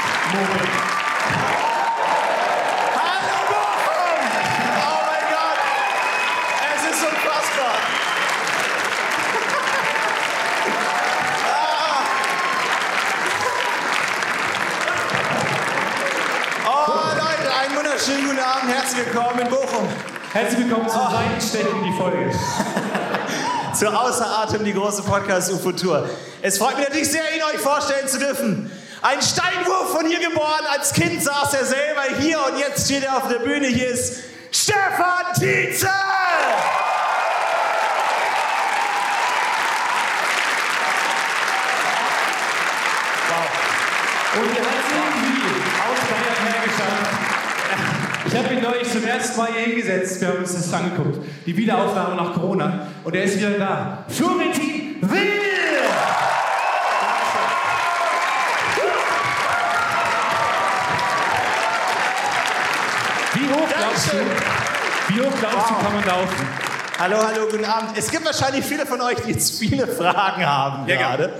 Oh Ah. Oh, Herzlich willkommen zum Seitenstechen, die Folge. Zu Außer Atem, die große Podcast-UFO-Tour. Es freut mich natürlich sehr, ihn euch vorstellen zu dürfen. Ein Steinwurf von hier geboren. Als Kind saß er selber hier und jetzt steht er auf der Bühne. Hier ist Stefan Tietze! Und wir haben es irgendwie aus Bayern hergeschafft. Ich habe ihn neulich zum ersten Mal hier hingesetzt. Wir haben uns das angeguckt. Die Wiederaufnahme nach Corona. Und er ist wieder da. Florentin Will! Wie hoch glaubst du, wie hoch glaubst du kann man laufen? Hallo, hallo, guten Abend. Es gibt wahrscheinlich viele von euch, die jetzt viele Fragen haben Ja, ja. gerade.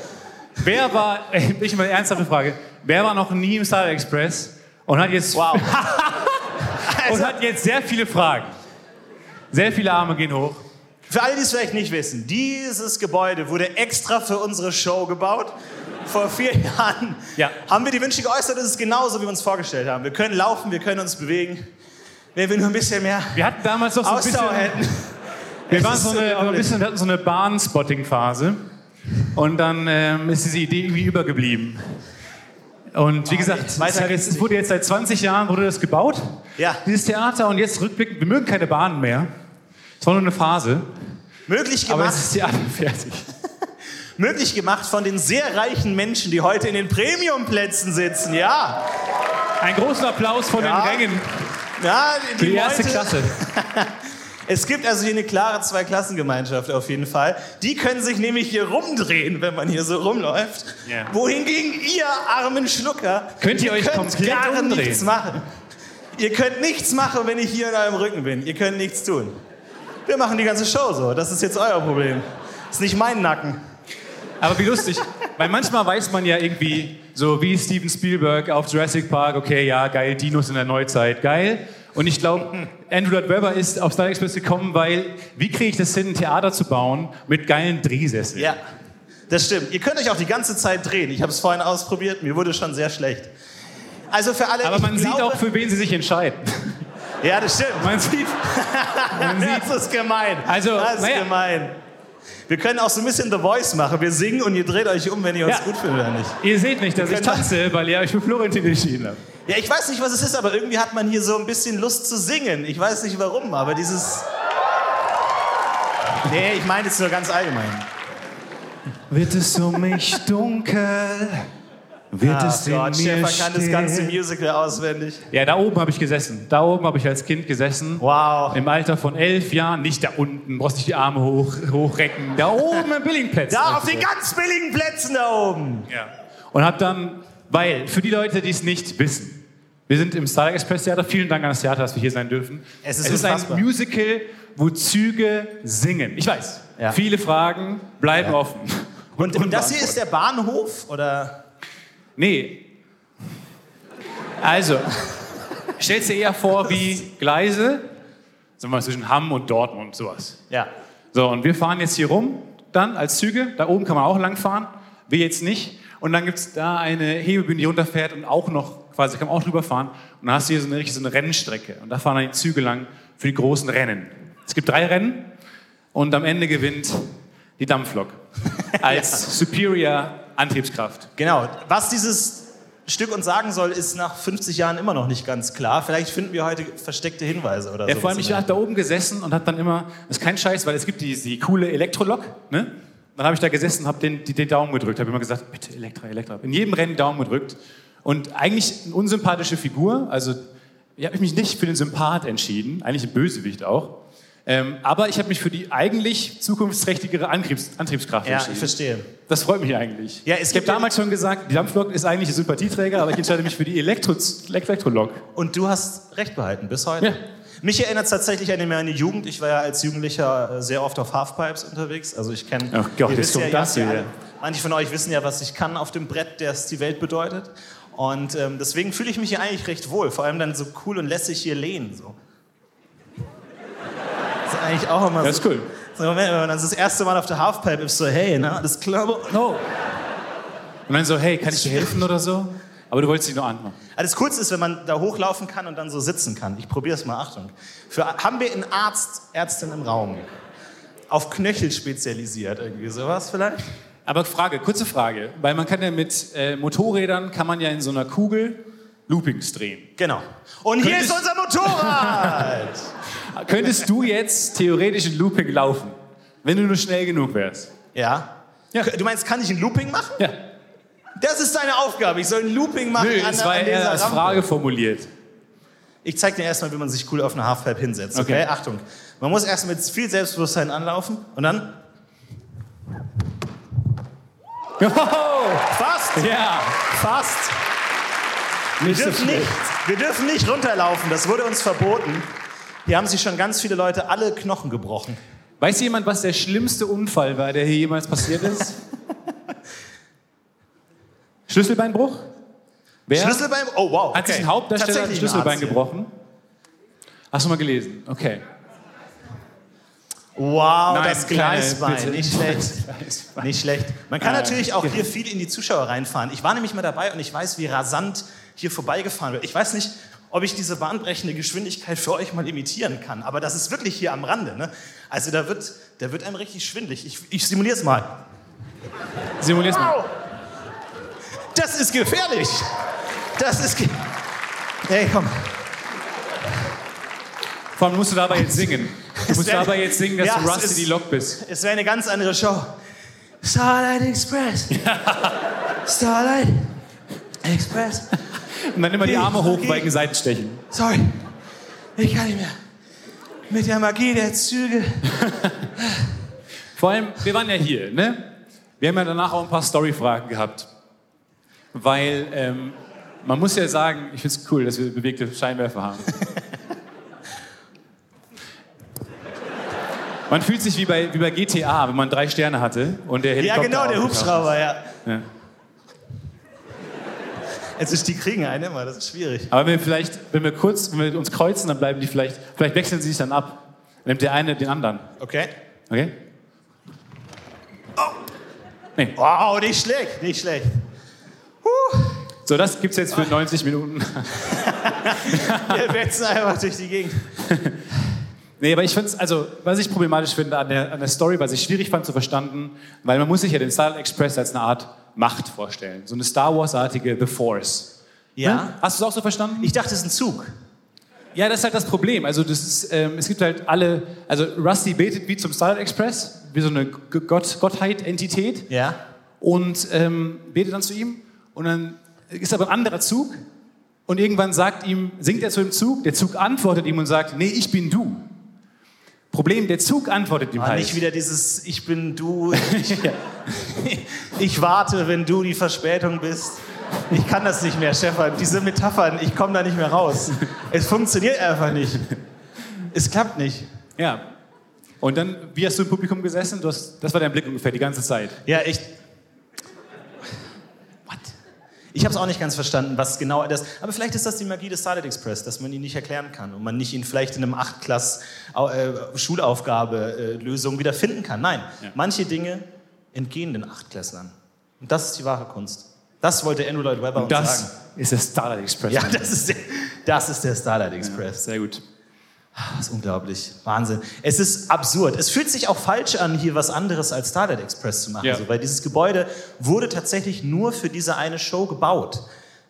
Wer war, ich mal ernsthafte Frage, wer war noch nie im Star Express und hat jetzt Wow. und Also, hat jetzt sehr viele Fragen. Sehr viele Arme gehen hoch. Für alle, die es vielleicht nicht wissen, dieses Gebäude wurde extra für unsere Show gebaut. Vor vier Jahren Ja. haben wir die Wünsche geäußert, es ist genauso, wie wir uns vorgestellt haben. Wir können laufen, wir können uns bewegen. Wenn wir nur ein bisschen mehr Wir hatten damals noch so ein Ausdauer bisschen, hätten. wir Es waren ist so eine, ein unglaublich. bisschen, wir hatten so eine Bahnspotting-Phase und dann ähm, ist diese Idee irgendwie übergeblieben. Und wie gesagt, nee, es weiter ist halt jetzt, geht's es wurde jetzt seit 20 Jahren wurde das gebaut, Ja. dieses Theater, und jetzt rückblickend, wir mögen keine Bahnen mehr. Es war nur eine Phase, Möglich aber gemacht, jetzt ist das Theater fertig. möglich gemacht von den sehr reichen Menschen, die heute in den Premiumplätzen sitzen. Ja, Einen großen Applaus von Ja. den Rängen ja für die erste Leute- Klasse. Es gibt also hier eine klare Zweiklassengemeinschaft auf jeden Fall. Die können sich nämlich hier rumdrehen, wenn man hier so rumläuft. Ja. Wohingegen ihr armen Schlucker Könnt ihr euch könnt komplett gar umdrehen. nichts machen. Ihr könnt nichts machen, wenn ich hier in eurem Rücken bin. Ihr könnt nichts tun. Wir machen die ganze Show so. Das ist jetzt euer Problem. Das ist nicht mein Nacken. Aber wie lustig, weil manchmal weiß man ja irgendwie, so wie Steven Spielberg auf Jurassic Park, okay, ja, geil, Dinos in der Neuzeit, geil. Und ich glaube, Andrew Lloyd Webber ist auf Star Express gekommen, weil, wie kriege ich das hin, ein Theater zu bauen mit geilen Drehsesseln? Ja, das stimmt. Ihr könnt euch auch die ganze Zeit drehen. Ich habe es vorhin ausprobiert. Mir wurde schon sehr schlecht. Also für alle. Aber ich man sieht glaube- auch, für wen sie sich entscheiden. Ja, das stimmt. Man sieht, man sieht Das ist gemein. Also, das ist naja. gemein. Wir können auch so ein bisschen The Voice machen. Wir singen und ihr dreht euch um, wenn ihr uns Ja. gut findet oder nicht. ihr seht nicht, dass ich Genau. tanze, weil ihr euch für Florentin entschieden habt. Ja, ich weiß nicht, was es ist, aber irgendwie hat man hier so ein bisschen Lust zu singen. Ich weiß nicht warum, aber dieses. Nee, ich meine es nur ganz allgemein. Wird es um mich dunkel? Wird Ach es in Ah, Gott, mir Stefan kann das ganze Musical auswendig. Ja, da oben habe ich gesessen. Da oben habe ich als Kind gesessen. Wow. Im Alter von elf Jahren, nicht da unten, brauchst nicht die Arme hoch, hochrecken. Da oben im Billingplätzen. Da auf den ganz billigen Plätzen da oben. ja. Und hab dann, weil, für die Leute, die es nicht wissen, wir sind im Star Express Theater. Vielen Dank an das Theater, dass wir hier sein dürfen. Es ist unfassbar. ein Musical, wo Züge singen. Ich weiß, Ja. viele Fragen bleiben offen. Und, und das hier ist der Bahnhof? Oder? Nee. Also, stellst dir eher vor wie Gleise, sagen wir mal zwischen Hamm und Dortmund, sowas. Ja. So, und wir fahren jetzt hier rum, dann als Züge. Da oben kann man auch lang fahren, wir jetzt nicht. Und dann gibt es da eine Hebebühne, die runterfährt und auch noch, quasi kann man auch drüber fahren. Und dann hast du hier so eine, richtig so eine Rennstrecke. Und da fahren dann die Züge lang für die großen Rennen. Es gibt drei Rennen und am Ende gewinnt die Dampflok als Superior Antriebskraft. Genau. Was dieses Stück uns sagen soll, ist nach 50 Jahren immer noch nicht ganz klar. Vielleicht finden wir heute versteckte Hinweise oder so. Ja, vor allem, ich habe da oben gesessen und habe dann immer, das ist kein Scheiß, weil es gibt die, die coole Elektrolok, ne? Dann habe ich da gesessen und habe den, die- den Daumen gedrückt, habe immer gesagt, bitte Elektra, Elektra. In jedem Rennen Daumen gedrückt. Und eigentlich eine unsympathische Figur, also ich habe mich nicht für den Sympath entschieden, eigentlich ein Bösewicht auch. Ähm, aber ich habe mich für die eigentlich zukunftsträchtigere Antriebs, Antriebskraft ja, ich entschieden. verstehe. Das freut mich eigentlich. Ja, es ich habe gibt ja- damals schon gesagt, die Dampflok ist eigentlich ein Sympathieträger, aber ich entscheide mich für die Elektro, Elektrolok. Und du hast recht behalten, bis heute. Ja. Mich erinnert es tatsächlich an meine Jugend. Ich war ja als Jugendlicher äh, sehr oft auf Halfpipes unterwegs. Also ich kenne... Ach Gott, ihr jetzt wisst kommt ihr das habt ja wieder. alle- Manche von euch wissen ja, was ich kann auf dem Brett, das die Welt bedeutet. Und ähm, deswegen fühle ich mich hier eigentlich recht wohl. Vor allem dann so cool und lässig hier lehnen. So. Das ist eigentlich auch immer Das so. ist cool. So, Moment, wenn man das, das erste Mal auf der ne, Also Halfpipe ist, so, hey, na, das Klapper. No. Und dann so, hey, kann ich dir helfen oder so? Aber du wolltest dich nur anmachen. Also das Coolste ist, wenn man da hochlaufen kann und dann so sitzen kann. Ich probiere es mal, Achtung. Für, haben wir einen Arzt, Ärztin im Raum? Auf Knöchel spezialisiert, irgendwie sowas vielleicht? Aber Frage, kurze Frage. Weil man kann ja mit äh, Motorrädern, kann man ja in so einer Kugel Loopings drehen. Genau. Und hier Könntest- ist unser Motorrad! Könntest du jetzt theoretisch ein Looping laufen? Wenn du nur schnell genug wärst. ja. Ja. Du meinst, kann ich ein Looping machen? Ja. Das ist deine Aufgabe. Ich soll ein Looping machen Nö, an, es war an eher dieser als Rampe. Frage formuliert. Ich zeig dir erstmal, wie man sich cool auf eine Halfpipe hinsetzt. Okay, Okay. Achtung. Man muss erst mit viel Selbstbewusstsein anlaufen und dann fast, Ja. fast. Nicht Wir dürfen, nicht, wir dürfen nicht runterlaufen. Das wurde uns verboten. Hier haben sich schon ganz viele Leute alle Knochen gebrochen. Weiß jemand, was der schlimmste Unfall war, der hier jemals passiert ist? Schlüsselbeinbruch? Wer Schlüsselbein. Oh wow. hat sich okay. ein Hauptdarsteller ein Tatsächlich ein Schlüsselbein Arzt hier. gebrochen? Hast du mal gelesen? Okay. Wow, Nein, das keine, Gleisbein. bitte. Nicht schlecht. Nicht schlecht. Man kann Äh, natürlich auch hier viel in die Zuschauer reinfahren. Ich war nämlich mal dabei und ich weiß, wie rasant hier vorbeigefahren wird. Ich weiß nicht, ob ich diese bahnbrechende Geschwindigkeit für euch mal imitieren kann, aber das ist wirklich hier am Rande. Ne? Also da wird, da wird einem richtig schwindelig. Ich, ich simuliere es mal. Simulier's mal. Au! Das ist gefährlich. Das ist. Ge hey, komm. Vor allem musst du dabei jetzt singen. Du musst wär- dabei jetzt singen, dass Ja, du es Rusty ist- die Lok bist. Es wäre eine ganz andere Show. Starlight Express. Starlight Express. Und dann immer die Nee, Arme hoch okay. bei den Seitenstechen. Sorry, ich kann nicht mehr. Mit der Magie der Züge. Vor allem, wir waren ja hier, ne? Wir haben ja danach auch ein paar Story-Fragen gehabt. Weil ähm, man muss ja sagen, ich finde es cool, dass wir bewegte Scheinwerfer haben. Man fühlt sich wie bei, wie bei GTA, wenn man drei Sterne hatte und der Ja, Helikopter genau, der aufgetaucht Hubschrauber, ja. ist. Ja. Es ist, die kriegen einen immer, das ist schwierig. Aber wenn wir vielleicht, wenn wir kurz, wenn wir uns kreuzen, dann bleiben die vielleicht, vielleicht wechseln sie sich dann ab. Nimmt der eine den anderen. Okay. Okay? Wow, nicht schlecht, nicht schlecht. So, das gibt's jetzt für 90 Minuten. Wir wetzen einfach durch die Gegend. Nee, aber ich finde also, was ich problematisch finde an der, an der Story, was ich schwierig fand zu verstanden, weil man muss sich ja den Starlight Express als eine Art Macht vorstellen. So eine Star Wars-artige The Force. Ne? Hast du es auch so verstanden? Ich dachte, es ist ein Zug. ja, das ist halt das Problem. Also das ist, ähm, es gibt halt alle, also Rusty betet wie zum Starlight Express, wie so eine G- Gott, Gottheit, Entität. Ja. und ähm, betet dann zu ihm. Und dann ist aber ein anderer Zug. Und irgendwann sagt ihm, singt er zu dem Zug. Der Zug antwortet ihm und sagt, nee, ich bin du. Problem, der Zug antwortet ihm Aber halt. Ah, nicht wieder dieses Ich bin du, ich, ich warte, wenn du die Verspätung bist. Ich kann das nicht mehr, Stefan. Diese Metaphern, ich komme da nicht mehr raus. Es funktioniert einfach nicht. Es klappt nicht. Ja. Und dann, wie hast du im Publikum gesessen? Du hast, das war dein Blick ungefähr die ganze Zeit. Ja, ich. What? Ich habe es auch nicht ganz verstanden, was genau das. Aber vielleicht ist das die Magie des Starlight Express, dass man ihn nicht erklären kann und man nicht ihn vielleicht in einem Achtklass äh, Schulaufgabe äh, Lösung wieder finden kann. Nein, manche Dinge entgehen den Achtklässlern. Und das ist die wahre Kunst. Das wollte Andrew Lloyd Webber uns sagen. Das ist der Starlight Express. Ja, das ist der, das ist der Starlight Express. Sehr gut. Das ist unglaublich. Wahnsinn. Es ist absurd. Es fühlt sich auch falsch an, hier was anderes als Starlight Express zu machen. Ja. So, weil dieses Gebäude wurde tatsächlich nur für diese eine Show gebaut.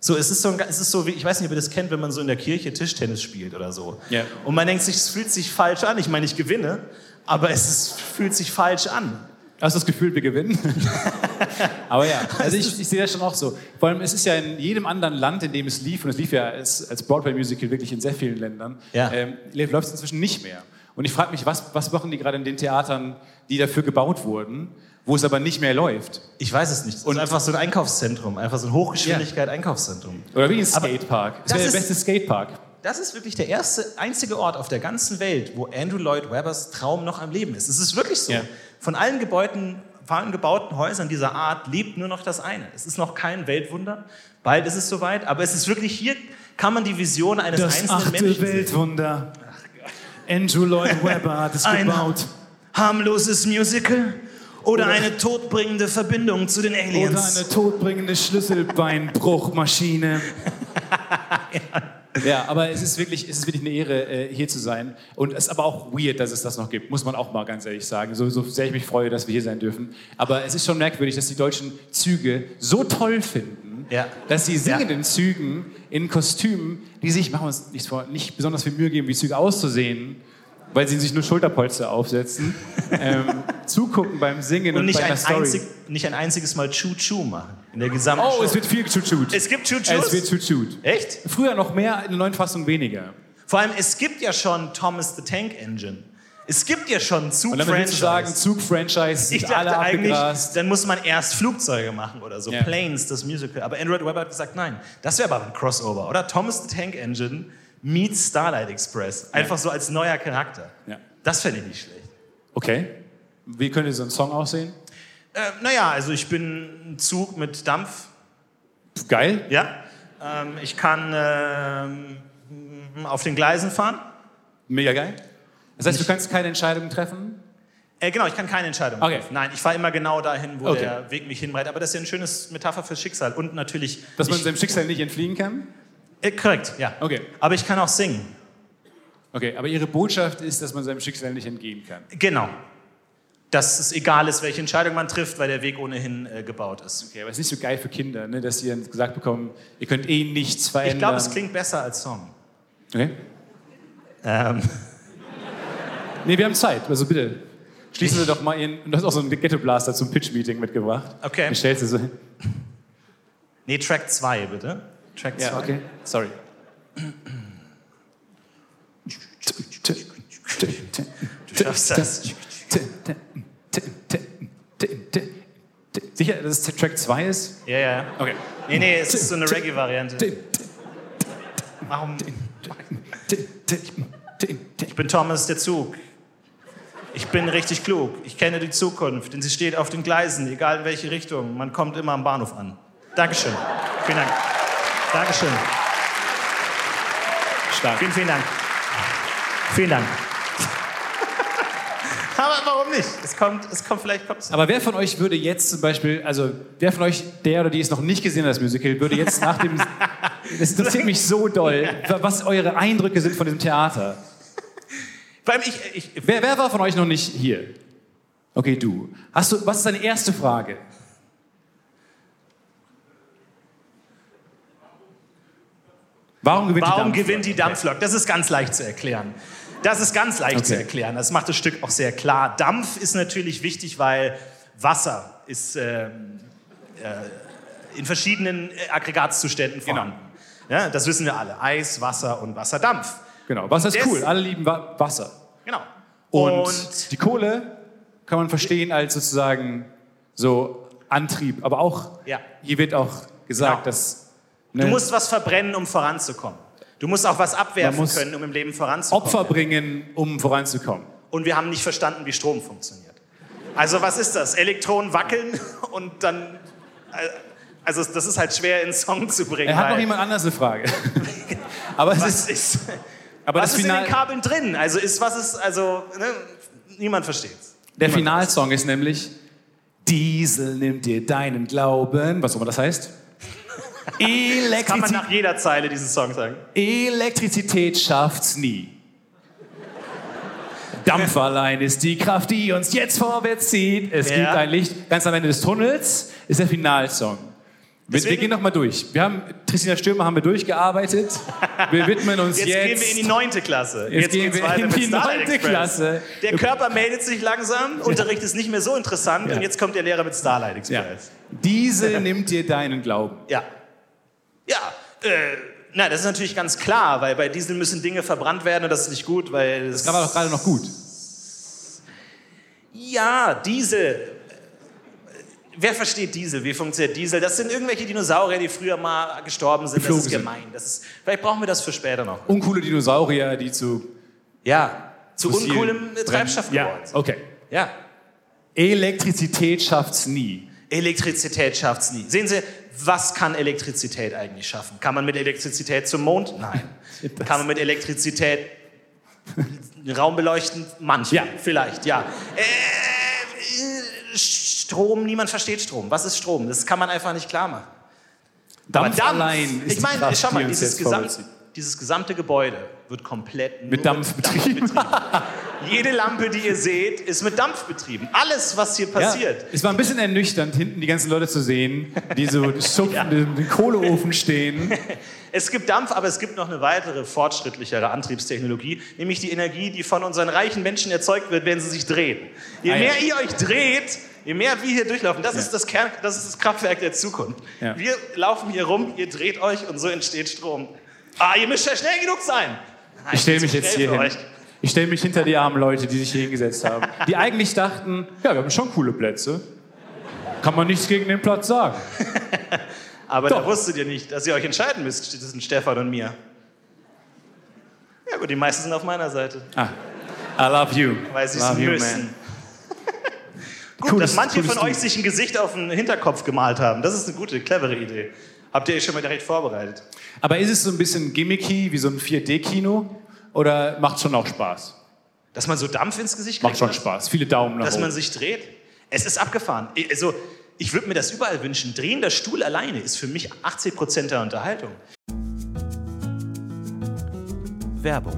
So, es ist so, ein, es ist so wie, ich weiß nicht, ob ihr das kennt, wenn man so in der Kirche Tischtennis spielt oder so. Ja. Und man denkt sich, es fühlt sich falsch an. Ich meine, ich gewinne, aber es ist, fühlt sich falsch an. Hast du das Gefühl, wir gewinnen? Aber ja, also ich, ich sehe das schon auch so. Vor allem, es ist ja in jedem anderen Land, in dem es lief, und es lief ja als, als Broadway-Musical wirklich in sehr vielen Ländern, Ja. ähm, läuft es inzwischen nicht mehr. Und ich frage mich, was, was machen die gerade in den Theatern, die dafür gebaut wurden, wo es aber nicht mehr läuft? Ich weiß es nicht. Es ist Und- einfach so ein Einkaufszentrum, einfach so ein Hochgeschwindigkeit-Einkaufszentrum. Oder wie ein Aber Skatepark. das Das wäre der ist- beste Skatepark. Das ist wirklich der erste, einzige Ort auf der ganzen Welt, wo Andrew Lloyd Webbers Traum noch am Leben ist. Es ist wirklich so. Ja. Von allen gebauten, von allen gebauten Häusern dieser Art lebt nur noch das eine. Es ist noch kein Weltwunder. Bald ist es soweit. Aber es ist wirklich hier, kann man die Vision eines einzelnen Menschen sehen. Weltwunder. Andrew Lloyd Webber hat es Ein harmloses Musical Oder eine todbringende Verbindung zu den Oder Aliens. eine todbringende Schlüsselbeinbruchmaschine. ja, aber es ist wirklich, es ist wirklich eine Ehre, äh, hier zu sein. Und es ist aber auch weird, dass es das noch gibt, muss man auch mal ganz ehrlich sagen. So, so sehr ich mich freue, dass wir hier sein dürfen. Aber es ist schon merkwürdig, dass die deutschen Züge so toll finden, Ja. dass sie singen in Zügen, in Kostümen, die sich, machen wir uns nichts vor, nicht besonders viel Mühe geben, wie Züge auszusehen. Weil sie sich nur Schulterpolster aufsetzen, ähm, zugucken beim Singen und, Und nicht ein, bei einer Story. einzig, nicht ein einziges Mal Chu-Chu machen. In der gesamten Oh, Show. es wird viel gechutschut. Es gibt Es wird Chu-Chus? gechutschut. Echt? Früher noch mehr, in der neuen Fassung weniger. Vor allem, es gibt ja schon Thomas the Tank Engine. Es gibt ja schon Und damit willst Zug-Franchise. du sagen, Zug-Franchise ich sind alle dachte eigentlich, abgegrast. dann muss man erst Flugzeuge machen oder so. Ja. Planes, das Musical. Aber Android Webber hat gesagt, nein. Das wäre aber ein Crossover, oder? Thomas the Tank Engine meets Starlight Express. Einfach so als neuer Charakter. Ja. Das fände ich nicht schlecht. Okay. Wie könnte so ein Song aussehen? Äh, naja, also ich bin ein Zug mit Dampf. Pff, Geil. Ja. Ähm, ich kann ähm, auf den Gleisen fahren. Mega geil. Das heißt, du kannst keine Entscheidung treffen? Äh, genau, ich kann keine Entscheidung Okay. treffen. Nein, ich fahre immer genau dahin, wo Okay. der Weg mich hinbreitet. Aber das ist ja eine schöne Metapher für Schicksal. Und natürlich. Dass man ich, seinem Schicksal nicht entfliehen kann? äh, korrekt, ja. Okay. Aber ich kann auch singen. Okay, aber ihre Botschaft ist, dass man seinem Schicksal nicht entgehen kann. Genau. Dass es egal ist, welche Entscheidung man trifft, weil der Weg ohnehin äh, gebaut ist. Okay, aber es ist nicht so geil für Kinder, ne, dass sie dann gesagt bekommen, ihr könnt eh nichts verändern. Ich glaube, es klingt besser als Song. Okay. Ähm, Nee, wir haben Zeit, also bitte. Schließen Sie doch mal Ihren. Und du hast auch so einen Ghetto-Blaster zum Pitch-Meeting mitgebracht. Okay. Den stellst du so hin. nee, Track 2, bitte. Track 2. Ja, okay. Sorry. Du schaffst das. Sicher, dass es Track 2 ist? Ja, ja. Okay. Nee, nee, es ist so eine Reggae-Variante. Warum? Ich bin Thomas der Zug. Ich bin richtig klug. Ich kenne die Zukunft, denn sie steht auf den Gleisen, egal in welche Richtung. Man kommt immer am Bahnhof an. Dankeschön. Vielen Dank. Dankeschön. Stark. Vielen, vielen Dank. Vielen Dank. Aber warum nicht? Es kommt, es kommt vielleicht kommt es. Aber wer von euch würde jetzt zum Beispiel, also wer von euch, der oder die es noch nicht gesehen hat, das Musical, würde jetzt nach dem. Das interessiert mich so doll, was eure Eindrücke sind von diesem Theater. Vor allem ich, ich, Wer, wer war von euch noch nicht hier? Okay, du. Hast du. Was ist deine erste Frage? Warum gewinnt Warum die Dampflok? gewinnt die Dampflok? Das ist ganz leicht zu erklären. Das ist ganz leicht Okay. zu erklären. Das macht das Stück auch sehr klar. Dampf ist natürlich wichtig, weil Wasser ist ähm, äh, in verschiedenen äh, Aggregatzuständen Genau. vorhanden. Ja, das wissen wir alle. Eis, Wasser und Wasserdampf. Genau, Wasser ist Des- cool. Alle lieben Wa Wasser. Genau. Und, die Kohle kann man verstehen als sozusagen so Antrieb. Aber auch, Ja. hier wird auch gesagt, Genau. dass du ne, musst was verbrennen, um voranzukommen. Du musst auch was Man abwerfen muss können, um im Leben voranzukommen. Opfer bringen, um voranzukommen. und wir haben nicht verstanden, wie Strom funktioniert. Also was ist das? Elektronen wackeln und dann... äh, Also das ist halt schwer in Song zu bringen. Er hat weil- noch jemand anders eine Frage. aber es was ist, ist, aber was das ist in Final, den Kabeln drin? Also ist was ist also ne? niemand versteht's. der Finalsong ist nämlich Diesel nimmt dir deinen Glauben, was auch immer das heißt. Kann man Elektrizität, nach jeder Zeile diesen Song sagen? Elektrizität schafft's nie. Dampf allein ist die Kraft, die uns jetzt vorwärts zieht. Es Ja. gibt ein Licht. Ganz am Ende des Tunnels ist der Finalsong. Wir, wir Deswegen- gehen nochmal durch. Wir haben, Christina Stürmer haben wir durchgearbeitet. Wir widmen uns Jetzt, jetzt. gehen wir in die neunte Klasse. Jetzt gehen geht's wir weiter in mit die Starlight neunte Express. Klasse. Der Körper meldet sich langsam, Unterricht ist nicht mehr so interessant und jetzt kommt der Lehrer mit Starlight ja. Express. Diesel nimmt dir deinen Glauben. Ja. Ja. Äh, na, das ist natürlich ganz klar, weil bei Diesel müssen Dinge verbrannt werden und das ist nicht gut, weil das Das war doch gerade noch gut. Ja, Diesel. Äh, Wer versteht Diesel? Wie funktioniert Diesel? Das sind irgendwelche Dinosaurier, die früher mal gestorben sind. Geflogen das ist sind. gemein. Das ist, vielleicht brauchen wir das für später noch. Uncoole Dinosaurier, die zu Ja. Zu fossilen uncoolem äh, brennen. Treibstoff ja. geworden sind. Okay. Ja. Elektrizität schafft's nie. Elektrizität schafft's nie. Sehen Sie, was kann Elektrizität eigentlich schaffen? Kann man mit Elektrizität zum Mond? Nein. Das- Kann man mit Elektrizität Raum beleuchten? Manchmal. Ja. Vielleicht, ja. Äh, äh, Strom, niemand versteht Strom. Was ist Strom? Das kann man einfach nicht klar machen. Dampf, Aber Dampf, allein ist ich meine, die Kraft, schau mal, die uns dieses, jetzt gesamt, vorwärts zieht. dieses gesamte Gebäude wird komplett nur Mit Dampf betrieben. Jede Lampe, die ihr seht, ist mit Dampf betrieben. Alles, was hier Ja, passiert. es war ein bisschen ernüchternd, hinten die ganzen Leute zu sehen, die so zupfen, im im Kohleofen stehen. Es gibt Dampf, aber es gibt noch eine weitere fortschrittlichere Antriebstechnologie, nämlich die Energie, die von unseren reichen Menschen erzeugt wird, wenn sie sich drehen. Je Ah, ja. mehr ihr euch dreht, je mehr wir hier durchlaufen, das, ist, das, Kern, das ist das Kraftwerk der Zukunft. Ja. Wir laufen hier rum, ihr dreht euch und so entsteht Strom. Ah, ihr müsst ja schnell genug sein. Ah, Ich stelle bin mich zu jetzt schnell hier für hin. euch. Ich stelle mich hinter die armen Leute, die sich hier hingesetzt haben. Die eigentlich dachten, ja, wir haben schon coole Plätze. Kann man nichts gegen den Platz sagen. Aber da Doch. wusstet ihr nicht, dass ihr euch entscheiden müsst zwischen Stefan und mir. Ja gut, die meisten sind auf meiner Seite. Ah, I love you. weil sie es love you, müssen. Gut, Cooles- dass manche cooles von Ding. euch sich ein Gesicht auf den Hinterkopf gemalt haben. Das ist eine gute, clevere Idee. Habt ihr euch schon mal direkt vorbereitet? Aber ist es so ein bisschen gimmicky, wie so ein 4D-Kino? Oder macht schon auch Spaß? Dass man so Dampf ins Gesicht kriegt? Macht schon Spaß. Viele Daumen nach Dass man oben. sich dreht? Es ist abgefahren. Ich- Also, ich würde mir das überall wünschen. Drehender Stuhl alleine ist für mich 80% der Unterhaltung. Werbung.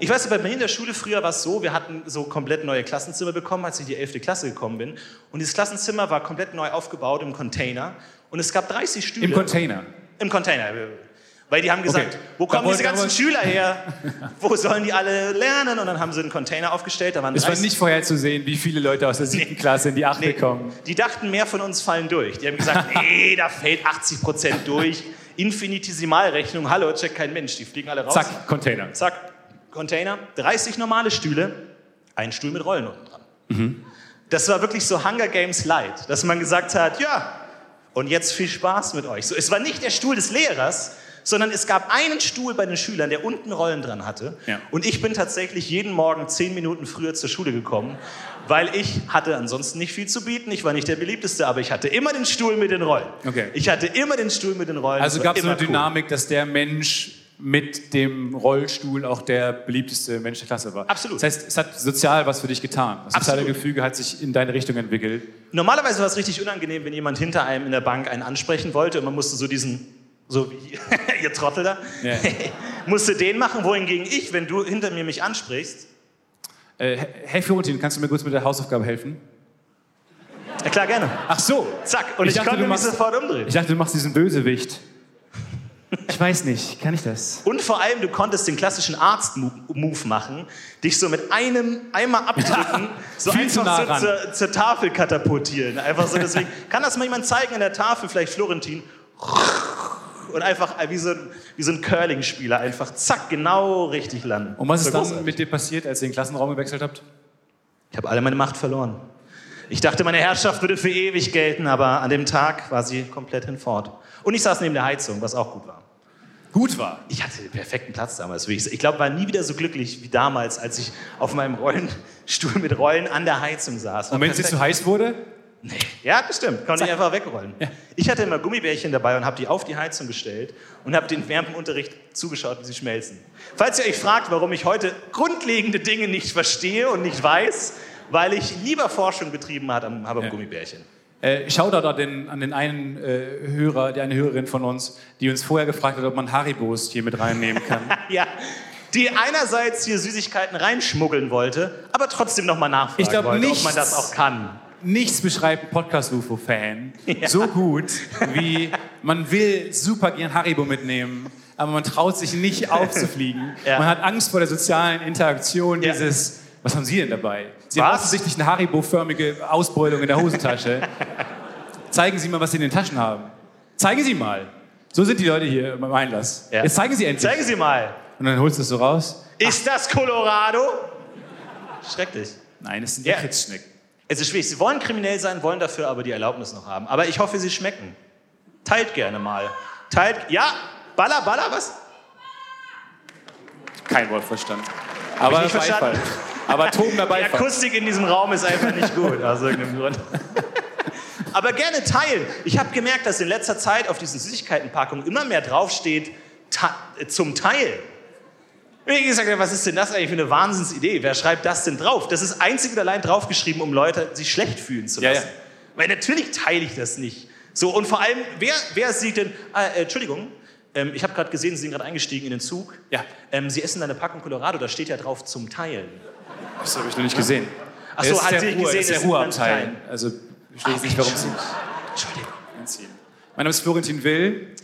Ich weiß, bei mir in der Schule früher war es so, wir hatten so komplett neue Klassenzimmer bekommen, als ich in die 11. Klasse gekommen bin. Und dieses Klassenzimmer war komplett neu aufgebaut im Container. Und es gab 30 Stühle. Im Container. Im Container. Weil die haben gesagt, Okay. wo kommen Da diese wollte- da ganzen wollte- Schüler her? Wo sollen die alle lernen? Und dann haben sie einen Container aufgestellt. Da waren Es war 30 nicht vorherzusehen, wie viele Leute aus der siebten Klasse in die achte kommen. Die dachten, mehr von uns fallen durch. Die haben gesagt, nee, da fällt 80 Prozent durch. Infinitesimalrechnung, hallo, checkt kein Mensch. Die fliegen alle raus. Zack, Container. Also Zack, Container, 30 normale Stühle, ein Stuhl mit Rollen unten dran. Mhm. Das war wirklich so Hunger Games Light, dass man gesagt hat, ja, und jetzt viel Spaß mit euch. So, es war nicht der Stuhl des Lehrers, sondern es gab einen Stuhl bei den Schülern, der unten Rollen dran hatte. Ja. Und ich bin tatsächlich jeden Morgen zehn Minuten früher zur Schule gekommen, weil ich hatte ansonsten nicht viel zu bieten. Ich war nicht der beliebteste, aber ich hatte immer den Stuhl mit den Rollen. Okay. Ich hatte immer den Stuhl mit den Rollen. Also Es war gab es so immer eine cool. Dynamik, dass der Mensch mit dem Rollstuhl auch der beliebteste Mensch der Klasse war. Absolut. Das heißt, es hat sozial was für dich getan. Das soziale Absolut. Gefüge hat sich in deine Richtung entwickelt. Normalerweise war es richtig unangenehm, wenn jemand hinter einem in der Bank einen ansprechen wollte und man musste so diesen, so wie ihr Trottel da, Ja. musste den machen, wohingegen ich, wenn du hinter mir mich ansprichst, Äh, hey Florentin, kannst du mir kurz mit der Hausaufgabe helfen? Ja, klar, gerne. Ach so. Zack. Und ich, dachte, konnte du mich machst, sofort umdrehen. ich dachte, du machst diesen Bösewicht. Ich weiß nicht, kann ich das? Und vor allem, du konntest den klassischen Arzt-Move machen, dich so mit einem einmal abdrücken, so Viel zu einfach nah so ran. zur, zur Tafel katapultieren. Einfach so deswegen. Kann das mal jemand zeigen in der Tafel, vielleicht Florentin? Und einfach wie so, ein- wie so ein Curling-Spieler einfach zack, genau richtig landen. Und was ist Das war großartig. dann mit dir passiert, als ihr den Klassenraum gewechselt habt? Ich habe alle meine Macht verloren. Ich dachte, meine Herrschaft würde für ewig gelten, aber an dem Tag war sie komplett hinfort. Und ich saß neben der Heizung, was auch gut war. Gut war. Ich hatte den perfekten Platz damals. wirklich. Ich glaube, war nie wieder so glücklich wie damals, als ich auf meinem Rollenstuhl mit Rollen an der Heizung saß. War Und wenn es dir zu perfekt. heiß wurde, ja, das stimmt. Konnte ich einfach wegrollen. Ich hatte immer Gummibärchen dabei und habe die auf die Heizung gestellt und habe den während dem Unterricht zugeschaut, wie sie schmelzen. Falls ihr euch fragt, warum ich heute grundlegende Dinge nicht verstehe und nicht weiß, weil ich lieber Forschung betrieben hat am- habe am Gummibärchen. äh, Shoutout an den, an den einen äh, Hörer, die eine Hörerin von uns, die uns vorher gefragt hat, ob man Haribos hier mit reinnehmen kann. Ja, die einerseits hier Süßigkeiten reinschmuggeln wollte, aber trotzdem nochmal nachfragen Ich glaub, wollte, ob nichts- man das auch kann. Nichts beschreibt ein Podcast-UFO-Fan so gut, wie man will super gern Haribo mitnehmen, aber man traut sich nicht aufzufliegen. Ja. Man hat Angst vor der sozialen Interaktion Ja. dieses, was haben Sie denn dabei? Sie haben Was? offensichtlich eine Haribo-förmige Ausbeulung in der Hosentasche. zeigen Sie mal, was Sie in den Taschen haben. Zeigen Sie mal. So sind die Leute hier beim Einlass. Ja. Jetzt zeigen Sie endlich. Zeigen Sie mal, Und dann holst du es so raus. ist das Colorado? Schrecklich. Nein, das sind Ja. Kritzschnecken. Es ist schwierig. Sie wollen kriminell sein, wollen dafür aber die Erlaubnis noch haben. Aber ich hoffe, sie schmecken. Teilt gerne mal. Teilt. Ja, Baller, Baller, was? Kein Wort verstanden. Aber nicht verstanden. Beifall. Aber tobender Die Beifall. Akustik in diesem Raum ist einfach nicht gut, aus irgendeinem Grund. Aber gerne teilen. Ich habe gemerkt, dass in letzter Zeit auf diesen Süßigkeitenpackungen immer mehr draufsteht, ta- äh, zum Teil. Wie gesagt, was ist denn das eigentlich für eine Wahnsinnsidee? Wer schreibt das denn drauf? Das ist einzig und allein draufgeschrieben, um Leute sich schlecht fühlen zu Ja, lassen. Weil natürlich teile ich das nicht. So, und vor allem, wer, wer sieht denn. Ah, äh, Entschuldigung, ähm, ich habe gerade gesehen, Sie sind gerade eingestiegen in den Zug. Ja. Ähm, Sie essen eine Packung Colorado, da steht ja drauf zum Teilen. Das habe ich noch nicht gesehen. Ach so, Das ist hat der sie nicht Ruhe- gesehen, das ist ist der ein Ruheabteil. Also verstehe ich nicht, warum sie Entschuldigung. anziehen. Mein Name ist Florentin Will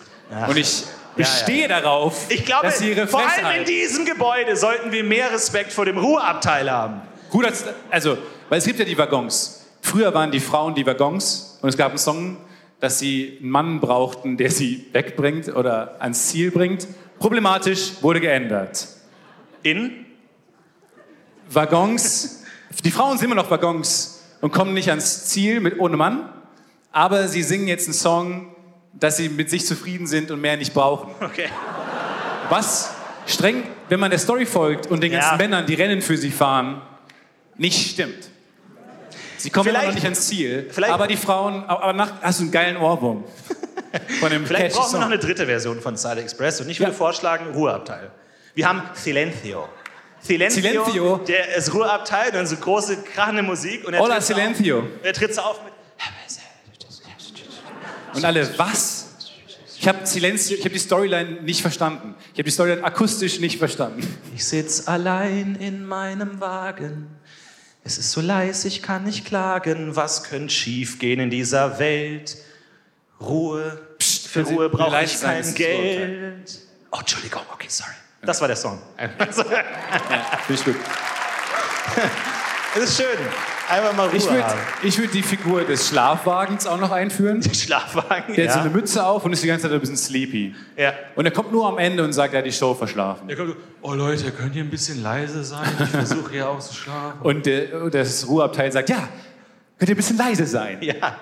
und ich bestehe darauf, Ich glaube, dass sie ihre vor Fresse allem in halten. diesem Gebäude sollten wir mehr Respekt vor dem Ruheabteil haben. Gut, dass- also, weil es gibt ja die Waggons. Früher waren die Frauen die Waggons und es gab einen Song, dass sie einen Mann brauchten, der sie wegbringt oder ans Ziel bringt. Problematisch wurde geändert. In? Waggons. Die Frauen sind immer noch Waggons und kommen nicht ans Ziel mit ohne Mann, aber sie singen jetzt einen Song, dass sie mit sich zufrieden sind und mehr nicht brauchen. Okay. Was streng, wenn man der Story folgt und den ganzen Ja. Männern, die Rennen für sie fahren, nicht stimmt. Sie kommen immer noch Vielleicht- nicht ans Ziel, vielleicht- aber die Frauen, aber nach hast du einen geilen Ohrwurm von dem Vielleicht catchy brauchen wir Song. noch eine dritte Version von Side Express und ich würde Ja. vorschlagen, Ruheabteil. Wir haben Silencio. Silencio, Silencio. der ist Ruheabteil, dann so große, krachende Musik. Und er Hola tritt so Silencio. Auf, er tritt so auf mit... Und alle, was? Ich habe Silenz, ich habe die Storyline nicht verstanden. Ich habe die Storyline akustisch nicht verstanden. Ich sitz allein in meinem Wagen. Es ist so leis, ich kann nicht klagen. Was könnte schiefgehen in dieser Welt? Ruhe. Psst, für Sie- Ruhe brauche leis ich sein ist kein das halt. Geld. Oh, Entschuldigung, okay, sorry. Das war der Song. Also, Finde ich gut. Es ist schön. Einmal mal Ruhe Ich würde haben. ich würd die Figur des Schlafwagens auch noch einführen. Schlafwagen. Der hat so eine Ja. Mütze auf und ist die ganze Zeit ein bisschen sleepy. Ja. Und er kommt nur am Ende und sagt, er hat die Show verschlafen. Der kommt so, oh Leute, könnt ihr ein bisschen leise sein? Ich versuche hier auch zu schlafen. Und der, das Ruheabteil sagt, ja, könnt ihr ein bisschen leise sein. ja.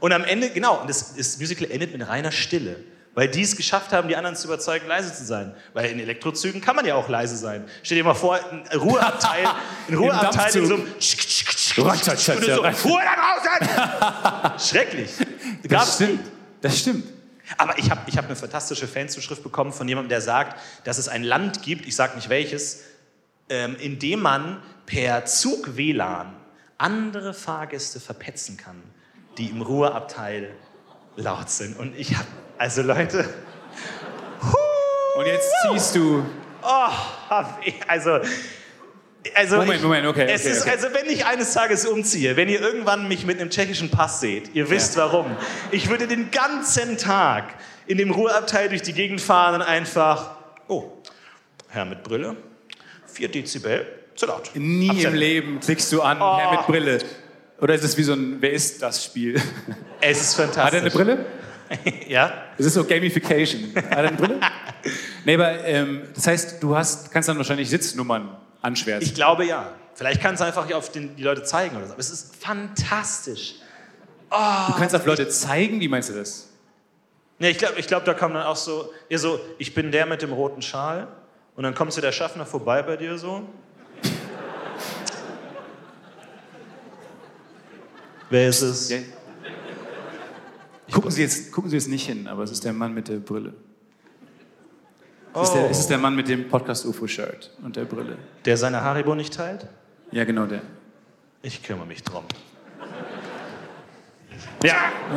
Und am Ende, genau, und das, das Musical endet mit reiner Stille. Weil die es geschafft haben, die anderen zu überzeugen, leise zu sein. Weil in Elektrozügen kann man ja auch leise sein. Stell dir mal vor, ein Ruheabteil, ein Im Ruheabteil in so Dampfzug. einem tschk, tschk, tschk, tschk, Ratsch, ratsch, tschk, und du so, ratsch. Ruhe da draußen! Schrecklich. Das Gab's stimmt. Das stimmt. aber ich habe ich hab eine fantastische Fanzuschrift bekommen von jemandem, der sagt, dass es ein Land gibt, ich sage nicht welches, ähm, in dem man per Zug WLAN andere Fahrgäste verpetzen kann, die im Ruheabteil laut sind. Und ich habe, also Leute, Und jetzt ziehst du oh, hab ich- also Also Moment, ich, Moment, okay, Es okay, ist, okay. Also wenn ich eines Tages umziehe, wenn ihr irgendwann mich mit einem tschechischen Pass seht, ihr wisst warum. Ich würde den ganzen Tag in dem Ruheabteil durch die Gegend fahren und einfach, oh, Herr mit Brille, 4 Dezibel, zu laut. also Nie im Absenden. Leben klickst du an, Herr Oh. mit Brille. Oder ist es wie so ein Wer ist das Spiel? Es ist Hat er fantastisch. eine Brille? Ja? Es ist so Gamification. Hat er eine Brille? Nee, aber ähm, das heißt, du hast, kannst dann wahrscheinlich Sitznummern anschwärzen. Ich glaube ja. Vielleicht kann es einfach auf den, die Leute zeigen oder so. Aber es ist fantastisch. du kannst auf Leute zeigen, wie meinst du das? Nee, ich glaube, ich glaub, da kommen dann auch so, ihr so, ich bin der mit dem roten Schal. Und dann kommt so der Schaffner vorbei bei dir so. Wer ist es? Gucken Sie, jetzt, gucken Sie jetzt nicht hin, aber es ist der Mann mit der Brille. Es, ist Oh. der, es ist der Mann mit dem Podcast-UFO-Shirt und der Brille. Der seine Haribo nicht teilt? Ja, genau der. Ich kümmere mich drum.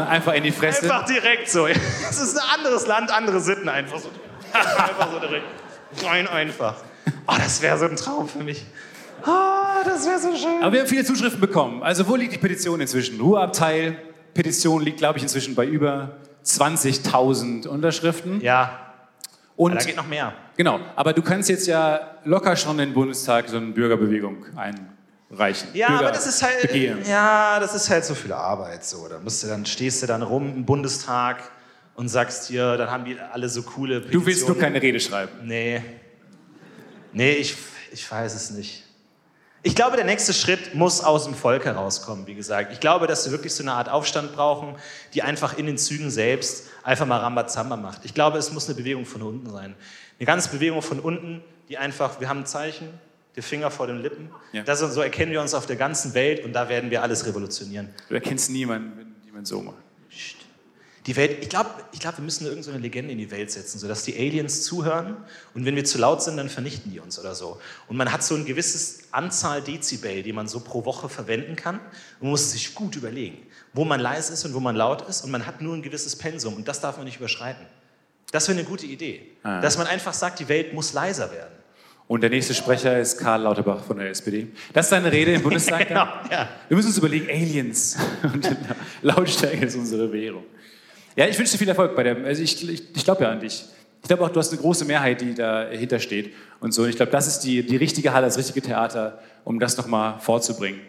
Einfach in die Fresse. Einfach direkt so. Es ist ein anderes Land, andere Sitten einfach so. Einfach so direkt. Rein einfach. Oh, das wäre so ein Traum für mich. Oh, das wäre so schön. Aber wir haben viele Zuschriften bekommen. Also wo liegt die Petition inzwischen? Ruheabteil. Petition liegt, glaube ich, inzwischen bei über 20.000 Unterschriften. Ja, Und da geht noch mehr. genau. Aber du kannst jetzt ja locker schon in den Bundestag so eine Bürgerbewegung einreichen. Ja, aber das ist halt, Begehren. ja, das ist halt so viel Arbeit. So, da musst du dann stehst du dann rum im Bundestag und sagst dir, dann haben die alle so coole. Du willst nur Petitionen. keine Rede schreiben. Nee, nee, ich, ich weiß es nicht. Ich glaube, der nächste Schritt muss aus dem Volk herauskommen, wie gesagt. Ich glaube, dass wir wirklich so eine Art Aufstand brauchen, die einfach in den Zügen selbst einfach mal Rambazamba macht. Ich glaube, es muss eine Bewegung von unten sein. Eine ganze Bewegung von unten, die einfach, wir haben ein Zeichen, die Finger vor den Lippen. Ja. Das, so erkennen wir uns auf der ganzen Welt und da werden wir alles revolutionieren. Du erkennst niemanden, wenn jemand so macht. Die Welt, ich glaube, ich glaub, wir müssen irgendeine so eine Legende in die Welt setzen, sodass die Aliens zuhören und wenn wir zu laut sind, dann vernichten die uns oder so. Und man hat so ein gewisses Anzahl Dezibel, die man so pro Woche verwenden kann und muss sich gut überlegen, wo man leise ist und wo man laut ist und man hat nur ein gewisses Pensum und das darf man nicht überschreiten. Das wäre eine gute Idee, dass man einfach sagt, die Welt muss leiser werden. Und der nächste Sprecher ist Karl Lauterbach von der SPD. Das ist seine Rede im Bundestag. Genau, dann? ja. Wir müssen uns überlegen, Aliens. Und Lautstärke ist unsere Währung. Ja, ich wünsche dir viel Erfolg bei der. Also ich, ich, ich glaube ja an dich. Ich glaube auch, du hast eine große Mehrheit, die dahinter steht und so. Und ich glaube, das ist die, die richtige Halle, das richtige Theater, um das nochmal vorzubringen.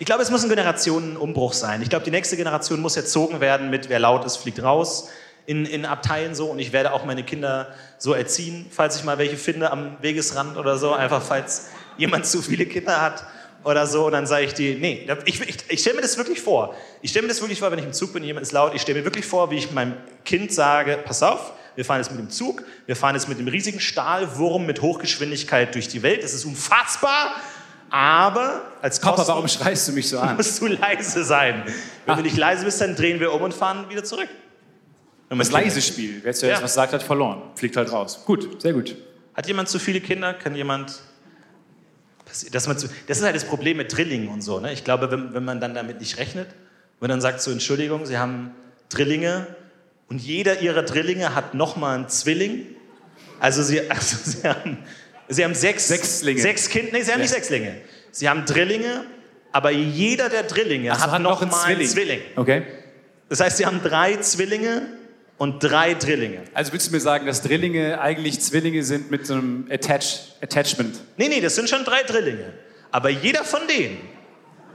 Ich glaube, es muss ein Generationenumbruch sein. Ich glaube, die nächste Generation muss erzogen werden mit, wer laut ist, fliegt raus. In, in Abteilen so und ich werde auch meine Kinder so erziehen, falls ich mal welche finde am Wegesrand oder so, einfach falls jemand zu viele Kinder hat oder so und dann sage ich die, nee, da- ich, ich, ich stelle mir das wirklich vor. Ich stelle mir das wirklich vor, wenn ich im Zug bin, jemand ist laut, ich stelle mir wirklich vor, wie ich meinem Kind sage, pass auf, wir fahren jetzt mit dem Zug, wir fahren jetzt mit dem riesigen Stahlwurm mit Hochgeschwindigkeit durch die Welt, das ist unfassbar, aber als Papa, Kosten- warum schreist du mich so an? musst du leise sein. Wenn du nicht leise bist, dann drehen wir um und fahren wieder zurück. Wenn man Das leise Spiel. Wer zuerst Ja. was sagt, hat verloren. Fliegt halt raus. Gut, sehr gut. Hat jemand zu viele Kinder? Kann jemand. Passi- Dass man zu, das ist halt das Problem mit Drillingen und so. Ne? Ich glaube, wenn, wenn man dann damit nicht rechnet, wenn dann sagt so, Entschuldigung, Sie haben Drillinge und jeder Ihrer Drillinge hat nochmal einen Zwilling. Also Sie, also sie, haben, sie haben sechs, Sechslinge. sechs Kinder. Nee, Sie haben nicht Sechslinge. Sie haben Drillinge, aber jeder der Drillinge Also hat, noch nochmal einen Zwilling. Okay. Das heißt, sie haben drei Zwillinge und drei Drillinge. Also willst du mir sagen, dass Drillinge eigentlich Zwillinge sind mit so einem Attach Attachment? Nee, nee, das sind schon drei Drillinge. Aber jeder von denen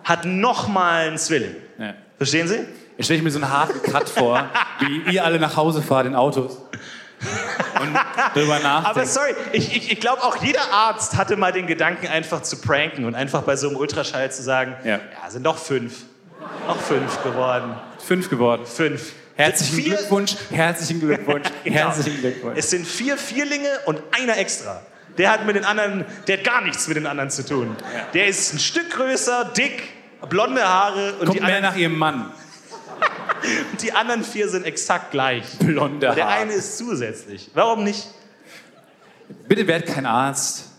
hat nochmal einen Zwilling. Ja. Verstehen Sie? Jetzt stelle ich mir so einen harten Cut vor, wie ihr alle nach Hause fahrt in Autos und drüber Aber nachdenkt. sorry, ich, ich, ich glaube, auch jeder Arzt hatte mal den Gedanken, einfach zu pranken und einfach bei so einem Ultraschall zu sagen, Ja. ja, sind noch fünf. Noch fünf geworden. Fünf geworden. Fünf. Herzlichen Vier- Glückwunsch, herzlichen Glückwunsch, Genau. herzlichen Glückwunsch. Es sind vier Vierlinge und einer extra. Der hat mit den anderen, der hat gar nichts mit den anderen zu tun. Der ist ein Stück größer, dick, blonde Haare und die Kommt mehr anderen, nach ihrem Mann. die anderen vier sind exakt gleich. Blonde Der Haare. eine ist zusätzlich. Warum nicht? Bitte werd kein Arzt.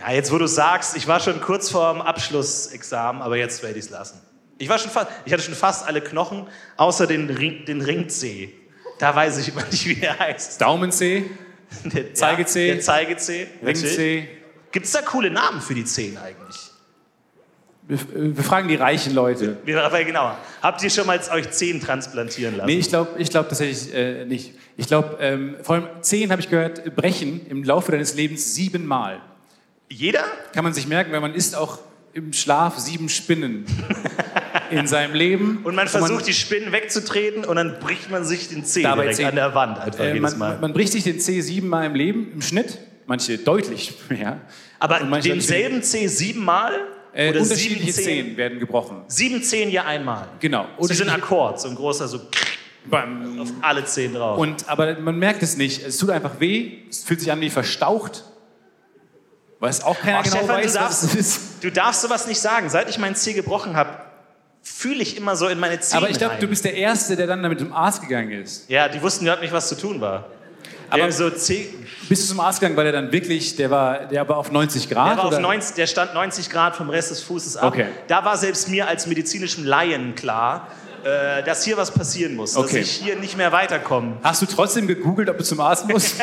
Ja, jetzt wo du sagst, ich war schon kurz vorm Abschlussexamen, aber jetzt werde ich es lassen. Ich war schon fast, ich hatte schon fast alle Knochen, außer den, Ring, den Ringzeh. Da weiß ich immer nicht, wie der heißt. Daumenzeh, Der Zeigezeh. Ja, der Zeigezeh. natürlich. Ringzeh, Gibt es da coole Namen für die Zehen eigentlich? Wir, äh, wir fragen die reichen Leute. Wir- Aber genau. Habt ihr schon mal euch Zehen transplantieren lassen? Nee, ich glaube ich glaub tatsächlich äh, nicht. Ich glaube, ähm, vor allem zehn habe ich gehört, brechen im Laufe deines Lebens siebenmal. Jeder? Kann man sich merken, weil man isst auch im Schlaf sieben Spinnen in seinem Leben. Und man versucht, die Spinnen wegzutreten und dann bricht man sich den Zeh Dabei direkt Zehen. an der Wand einfach äh, jedes man, Mal. man bricht sich den C siebenmal im Leben, im Schnitt. Manche deutlich mehr. Aber Und manche denselben Zeh siebenmal? Äh, oder sieben unterschiedliche Zehen? Zehen werden gebrochen. Sieben Zehen ja einmal. Genau. Sie sind Unterschiedliche- Akkord, so ein großer, so Bam. auf alle Zehen drauf. Und, aber man merkt es nicht. Es tut einfach weh. Es fühlt sich an wie verstaucht. Weiß auch keiner Ach, genau Stefan, du weiß, was darfst- es ist. du darfst sowas nicht sagen. Seit ich meinen Zeh gebrochen habe, fühle ich immer so in meine Zehen Aber ich glaube, rein. du bist der Erste, der dann damit zum Arzt gegangen ist. Ja, die wussten überhaupt nicht, was zu tun war. Aber- der, so Zeh, Bist du zum Arzt gegangen, weil er dann wirklich, der war, der war auf 90 Grad? der, war auf oder? 90, der stand 90 Grad vom Rest des Fußes ab. Okay. Da war selbst mir als medizinischem Laien klar, äh, dass hier was passieren muss, Okay. dass ich hier nicht mehr weiterkomme. Hast du trotzdem gegoogelt, ob du zum Arzt musst?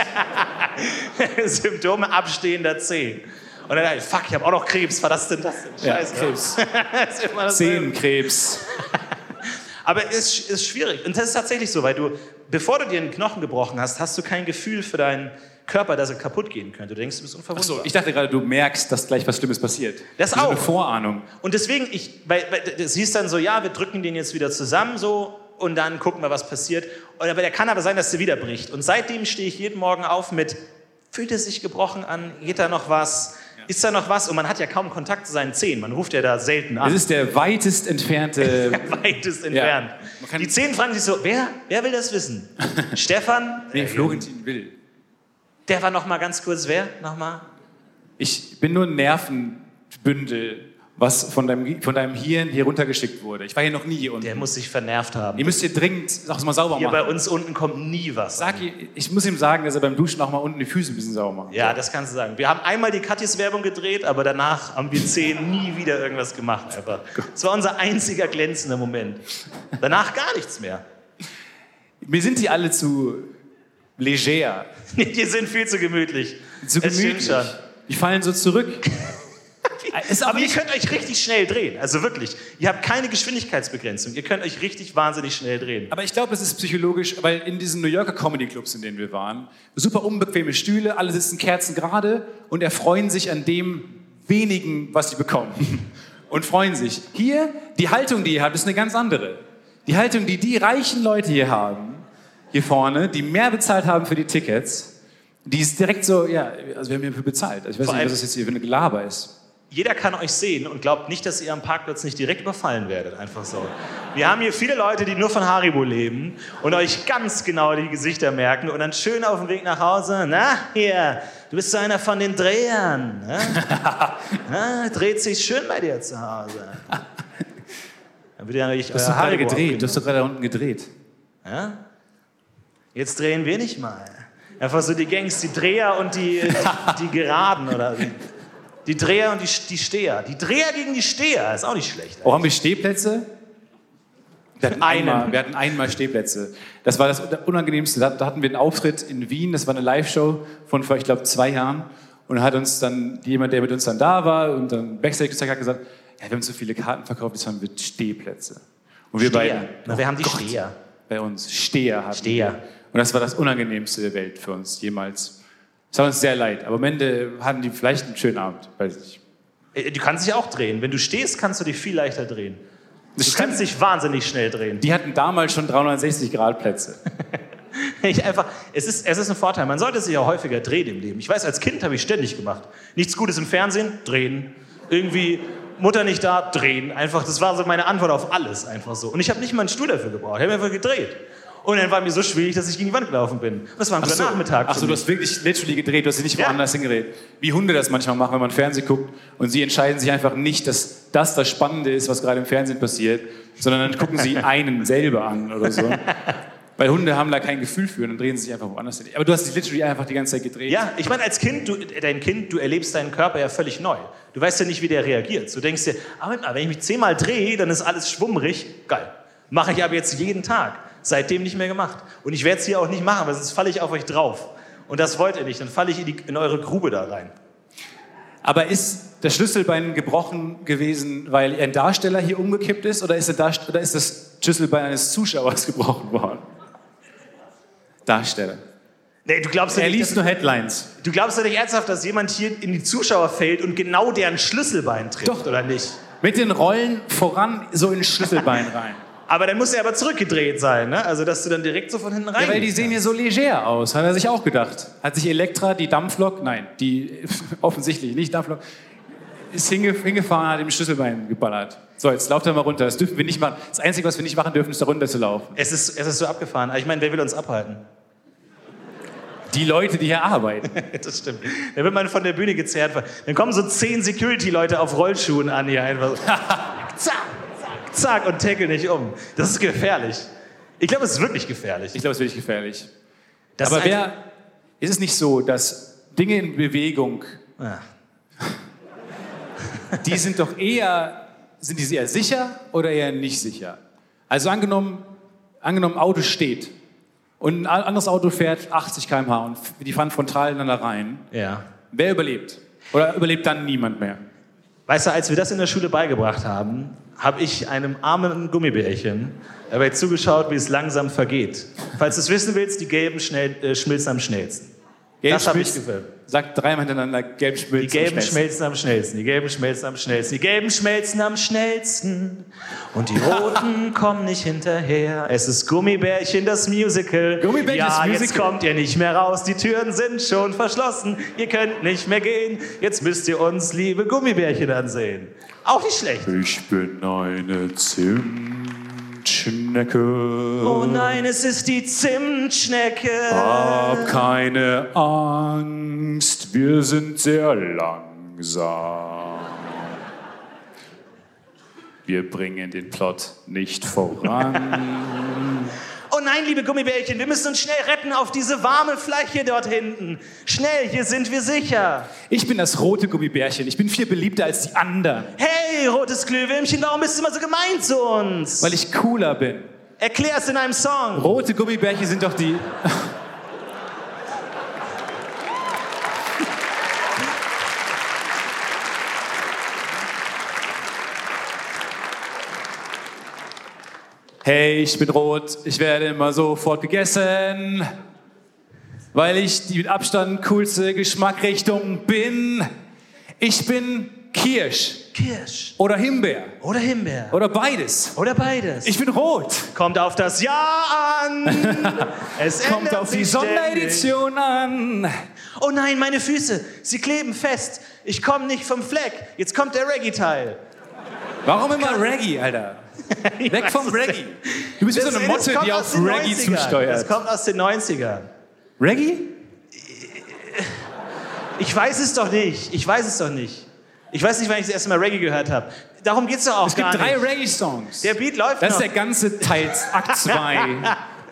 Symptome abstehender Zeh. Und dann dachte ich, fuck, ich habe auch noch Krebs, was das denn das denn? Ja, Scheiße. Krebs. Das ist immer dasselbe. Zehenkrebs. Aber es ist, ist schwierig. Und das ist tatsächlich so, weil du, bevor du dir einen Knochen gebrochen hast, hast du kein Gefühl für deinen Körper, dass er kaputt gehen könnte. Du denkst, du bist unverwundbar. So, ich dachte gerade, du merkst, dass gleich was Schlimmes passiert. Das Wie so auch. Eine Vorahnung. Und deswegen, ich, weil, weil das hieß dann so, ja, wir drücken den jetzt wieder zusammen so und dann gucken wir, was passiert. Und, aber der kann aber sein, dass der wieder bricht. Und seitdem stehe ich jeden Morgen auf mit, fühlt es sich gebrochen an? Geht da noch was? Ist da noch was? Und man hat ja kaum Kontakt zu seinen Zehen. Man ruft ja da selten Das an. ist der weitest entfernte. weitest entfernt. Man kann- Die Zehen fragen sich so, wer, wer will das wissen? Stefan? nee, Florentin Will. Der war noch mal ganz kurz, wer? Noch mal? Ich bin nur ein Nervenbündel, was von deinem, von deinem Hirn hier runtergeschickt wurde. Ich war hier noch nie und Der muss sich vernervt haben. ihr müsst hier dringend Sachen mal sauber Hier bei machen. uns unten kommt nie was. Sag, ihr- ich muss ihm sagen, dass er beim Duschen auch mal unten die Füße ein bisschen sauber macht. Ja, das kannst du sagen. Wir haben einmal die Katjes Werbung gedreht, aber danach haben wir zehn nie wieder irgendwas gemacht. Einfach. Es war unser einziger glänzender Moment. Danach gar nichts mehr. Mir sind die alle zu leger, Die sind viel zu gemütlich. zu Es stimmt gemütlich. Die fallen so zurück. Ist auch Aber ihr nicht- könnt euch richtig schnell drehen. Also wirklich. Ihr habt keine Geschwindigkeitsbegrenzung. Ihr könnt euch richtig wahnsinnig schnell drehen. Aber ich glaube, es ist psychologisch, weil in diesen New Yorker Comedy Clubs, in denen wir waren, super unbequeme Stühle, alle sitzen kerzengerade und erfreuen sich an dem wenigen, was sie bekommen. Und freuen sich. Hier, die Haltung, die ihr habt, ist eine ganz andere. Die Haltung, die die reichen Leute hier haben, hier vorne, die mehr bezahlt haben für die Tickets, die ist direkt so, ja, also wir haben hierfür bezahlt. Also ich weiß Vor nicht, allem- was das jetzt hier für eine Gelaber ist. Jeder kann euch sehen und glaubt nicht, dass ihr am Parkplatz nicht direkt überfallen werdet. Einfach so. Wir haben hier viele Leute, die nur von Haribo leben und euch ganz genau die Gesichter merken und dann schön auf dem Weg nach Hause, na hier, du bist so einer von den Drehern. Ne? Na, dreht sich schön bei dir zu Hause. Dann wird ja natürlich Du euer hast doch gerade Äh, Haribo gedreht, du hast doch gerade da unten gedreht. ja? Jetzt drehen wir nicht mal. Einfach so die Gangs, die Dreher und die, die Geraden oder die, die Dreher und die, die Steher. Die Dreher gegen die Steher ist auch nicht schlecht. Oh, haben wir Stehplätze? Wir hatten, Einen. einmal, wir hatten einmal Stehplätze. Das war das Unangenehmste. Da, da hatten wir einen Auftritt in Wien, das war eine Live-Show von vor, ich glaube, zwei Jahren. Und da hat uns dann jemand, der mit uns dann da war und dann Backstage gezeigt hat, gesagt, ja, wir haben so viele Karten verkauft, jetzt haben wir Stehplätze. Und wir Steher. beiden, Oh Na, wir haben die Steher. bei uns Steher hatten Steher. wir. Und das war das Unangenehmste der Welt für uns jemals. Es hat uns sehr leid, aber am Ende hatten die vielleicht einen schönen Abend, weiß ich. Äh, Du kannst dich auch drehen. Wenn du stehst, kannst du dich viel leichter drehen. Du stimmt. kannst dich wahnsinnig schnell drehen. Die hatten damals schon 360-Grad-Plätze. Ich einfach, es, ist, es ist ein Vorteil. Man sollte sich ja häufiger drehen im Leben. Ich weiß, als Kind habe ich ständig gemacht. Nichts Gutes im Fernsehen, drehen. Irgendwie Mutter nicht da, drehen. Einfach, das war so meine Antwort auf alles einfach so. Und ich habe nicht mal einen Stuhl dafür gebraucht. Ich habe einfach gedreht. Und dann war mir so schwierig, dass ich gegen die Wand gelaufen bin. Das war ein guter Nachmittag. Ach für so, du mich. hast wirklich literally gedreht, du hast dich nicht Ja. woanders hingedreht. Wie Hunde das manchmal machen, wenn man Fernsehen guckt und sie entscheiden sich einfach nicht, dass das das Spannende ist, was gerade im Fernsehen passiert, sondern dann gucken sie einen selber an oder so. Weil Hunde haben da kein Gefühl für und dann drehen sie sich einfach woanders hin. Aber du hast dich literally einfach die ganze Zeit gedreht. Ja, ich meine, als Kind, du, dein Kind, du erlebst deinen Körper ja völlig neu. Du weißt ja nicht, wie der reagiert. Du denkst dir, ah, Moment mal, wenn ich mich zehnmal drehe, dann ist alles schwummrig. Geil. Mache ich aber jetzt jeden Tag. Seitdem nicht mehr gemacht. Und ich werde es hier auch nicht machen, weil sonst falle ich auf euch drauf. Und das wollt ihr nicht. Dann falle ich in, die, in eure Grube da rein. Aber ist das Schlüsselbein gebrochen gewesen, weil ein Darsteller hier umgekippt ist, oder ist, der Darst oder ist das Schlüsselbein eines Zuschauers gebrochen worden? Darsteller. Nee, du glaubst doch Er nicht, liest dass, nur Headlines. du glaubst doch nicht ernsthaft, dass jemand hier in die Zuschauer fällt und genau deren Schlüsselbein trifft, Doch. oder nicht? Mit den Rollen voran, so ins Schlüsselbein rein. Aber dann muss er aber zurückgedreht sein, ne? Also, dass du dann direkt so von hinten rein. Ja, weil die sehen hier so leger aus, hat er sich auch gedacht. Hat sich Elektra, die Dampflok, nein, die offensichtlich nicht Dampflok, ist hinge, hingefahren, hat im Schlüsselbein geballert. So, jetzt lauft er mal runter. Das dürfen wir nicht machen. Das Einzige, was wir nicht machen dürfen, ist da runter zu laufen. es, ist, es ist so abgefahren. Aber Ich meine, wer will uns abhalten? Die Leute, die hier arbeiten. Das stimmt. Dann wird man von der Bühne gezerrt. Dann kommen so zehn Security-Leute auf Rollschuhen an hier einfach. so. zack, zack, zack und tackle nicht um. Das ist gefährlich. Ich glaube, es ist wirklich gefährlich. Ich glaube, es ist wirklich gefährlich. Das Aber ist wer, einfach- ist es nicht so, dass Dinge in Bewegung, Ah. die sind doch eher, sind die eher sicher oder eher nicht sicher? Also angenommen, angenommen Auto steht und ein anderes Auto fährt 80 km/h und die fahren frontal ineinander rein. Ja. Wer überlebt? Oder überlebt dann niemand mehr? Weißt du, als wir das in der Schule beigebracht haben, habe ich einem armen Gummibärchen dabei zugeschaut, wie es langsam vergeht. Falls du es wissen willst, die gelben schnell, äh, schmilzen am schnellsten. Gelb Das hab ich schmilzt- gefilmt. Sagt dreimal hintereinander, gelb Die schmilzt. am gelben schnellsten. schmelzen am schnellsten, die gelben schmelzen am schnellsten, die gelben schmelzen am schnellsten und die roten kommen nicht hinterher. Es ist Gummibärchen, das Musical. Gummibärchen, ja, das jetzt Musical. kommt ihr nicht mehr raus, die Türen sind schon verschlossen, ihr könnt nicht mehr gehen. Jetzt müsst ihr uns liebe Gummibärchen ansehen. Auch nicht schlecht. Ich bin eine Zimtschnecke. Oh nein, es ist die Zimtschnecke. Hab keine Angst, wir sind sehr langsam. Wir bringen den Plot nicht voran. Oh nein, liebe Gummibärchen, wir müssen uns schnell retten auf diese warme Fläche dort hinten. Schnell, hier sind wir sicher. Ich bin das rote Gummibärchen. Ich bin viel beliebter als die anderen, Hey, rotes Glühwürmchen, warum bist du immer so gemein zu uns? weil ich cooler bin. Erklär es in einem Song. Rote Gummibärchen sind doch die. Hey, ich bin rot, ich werde immer sofort gegessen, weil ich die mit Abstand coolste Geschmackrichtung bin. Ich bin Kirsch Kirsch oder Himbeer oder Himbeer oder beides. oder beides. Ich bin rot. kommt auf das Jahr an. Es Kommt ändert auf sich die ständig. Sonderedition an. Oh nein, meine Füße, sie kleben fest. Ich komme nicht vom Fleck. Jetzt kommt der Reggae-Teil. Warum immer Reggae, Alter? Weg vom Reggae. Du bist wie so Das- das eine Motte, kommt die aus auf den Reggae 90ern. Das zusteuert. kommt aus den 90ern. Reggae? Ich weiß es doch nicht. Ich weiß es doch nicht. Ich weiß nicht, wann ich das erste Mal Reggae gehört habe. Darum geht's doch auch Es gibt gar drei nicht. Reggae-Songs. Der Beat läuft Das ist noch. der ganze Teil Akt 2.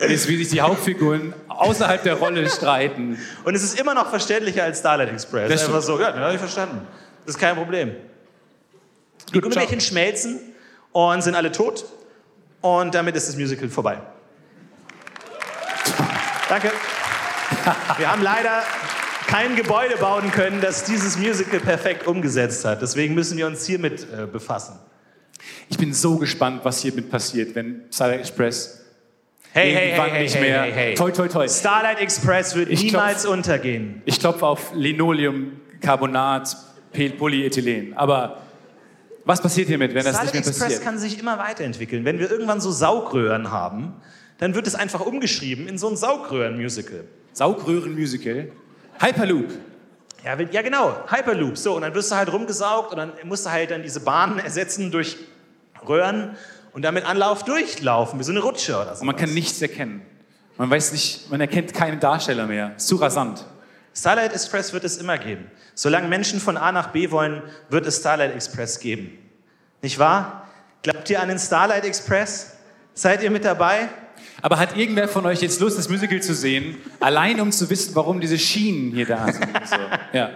Ist, wie sich die Hauptfiguren außerhalb der Rolle streiten. Und es ist immer noch verständlicher als Starlight Express. Das Einfach so, ja, den habe ich verstanden. Das ist kein Problem. Die Gummibärchen schmelzen und sind alle tot. Und damit ist das Musical vorbei. Danke. Wir haben leider kein Gebäude bauen können, das dieses Musical perfekt umgesetzt hat. Deswegen müssen wir uns hiermit äh, befassen. Ich bin so gespannt, was hiermit passiert, wenn Starlight Express Hey, hey, irgendwann hey, hey, nicht hey, mehr. hey, hey. Toi, toi, toi. Starlight Express wird Ich glaub- niemals untergehen. Ich klopfe auf Linoleum, Carbonat, Pel- Polyethylen. Aber was passiert hiermit, wenn das Starlight nicht mehr Express passiert? kann sich immer weiterentwickeln. Wenn wir irgendwann so Saugröhren haben, dann wird es einfach umgeschrieben in so ein Saugröhren-Musical. Saugröhren-Musical. Hyperloop. Ja, wenn- ja, genau, Hyperloop. So, und dann wirst du halt rumgesaugt und dann musst du halt dann diese Bahnen ersetzen durch Röhren und damit Anlauf durchlaufen, wie so eine Rutsche oder so. Und man kann nichts erkennen. Man weiß nicht, man erkennt keinen Darsteller mehr. Ist zu rasant. Starlight Express wird es immer geben. Solange Menschen von A nach B wollen, wird es Starlight Express geben. Nicht wahr? Glaubt ihr an den Starlight Express? Seid ihr mit dabei? Aber hat irgendwer von euch jetzt Lust, das Musical zu sehen? Allein um zu wissen, warum diese Schienen hier da sind. und So. Ja.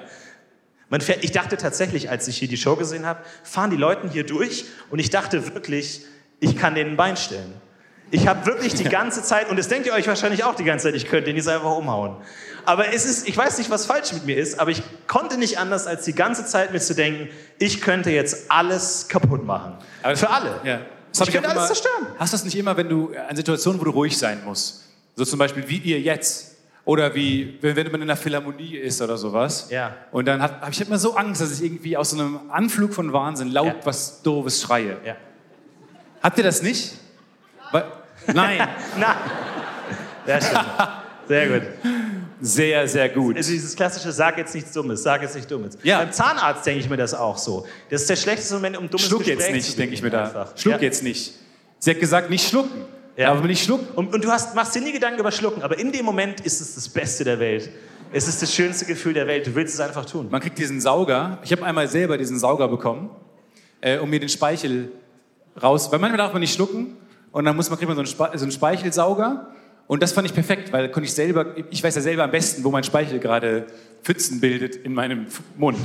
Man fährt, ich dachte tatsächlich, als ich hier die Show gesehen habe, fahren die Leute hier durch und ich dachte wirklich, ich kann denen ein Bein stellen. Ich habe wirklich die ganze Zeit, und das denkt ihr euch wahrscheinlich auch die ganze Zeit, ich könnte den jetzt einfach umhauen. Aber es ist, ich weiß nicht, was falsch mit mir ist, aber ich konnte nicht anders, als die ganze Zeit mir zu denken, ich könnte jetzt alles kaputt machen. Aber das- Für alle. Ja. Ich hab könnte auch alles immer- zerstören. Hast du das nicht immer, wenn du äh, an Situationen, wo du ruhig sein musst? So zum Beispiel wie ihr jetzt. Oder wie, wenn wenn man in einer Philharmonie ist oder sowas. Ja. Und dann habe ich hab immer so Angst, dass ich irgendwie aus so einem Anflug von Wahnsinn laut Ja. was Doofes schreie. Ja. Habt ihr das nicht? Wa- Nein. Na, ja, stimmt. Sehr gut. sehr, sehr gut. Also dieses klassische, sag jetzt nichts Dummes, sag jetzt nichts Dummes. Ja. Beim Zahnarzt denke ich mir das auch so. Das ist der schlechteste Moment, um dummes Schluck Gespräch jetzt zu nicht, denke ich mir da. einfach. Schluck ja. jetzt nicht. Sie hat gesagt, nicht schlucken. Ja. Aber nicht schlucken. Und, und du hast, machst dir nie Gedanken über Schlucken, aber in dem Moment ist es das Beste der Welt. Es ist das schönste Gefühl der Welt. Du willst es einfach tun. Man kriegt diesen Sauger. Ich habe einmal selber diesen Sauger bekommen, äh, um mir den Speichel raus. Weil manchmal darf man nicht schlucken und dann muss man, kriegt man so einen, Spe so einen Speichelsauger. Und das fand ich perfekt, weil konnte ich selber, ich weiß ja selber am besten, wo mein Speichel gerade Pfützen bildet in meinem F- Mund.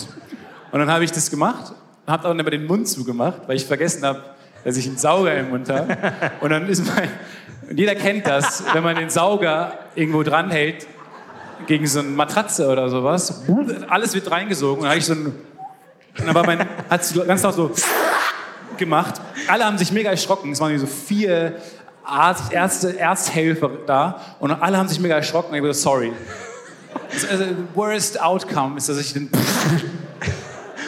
Und dann habe ich das gemacht, habe dann aber den Mund zugemacht, weil ich vergessen habe, dass ich einen Sauger im Mund habe. Und dann ist mein, und jeder kennt das, wenn man den Sauger irgendwo dranhält, gegen so eine Matratze oder sowas. Alles wird reingesogen. Und dann habe ich so ein. Und dann war mein. Hat es ganz laut so gemacht. Alle haben sich mega erschrocken. Es waren irgendwie so vier Arzt, Ärzte, Ersthelfer da. Und alle haben sich mega erschrocken. Und ich war so, sorry. Das ist, Also, worst outcome ist, dass ich den.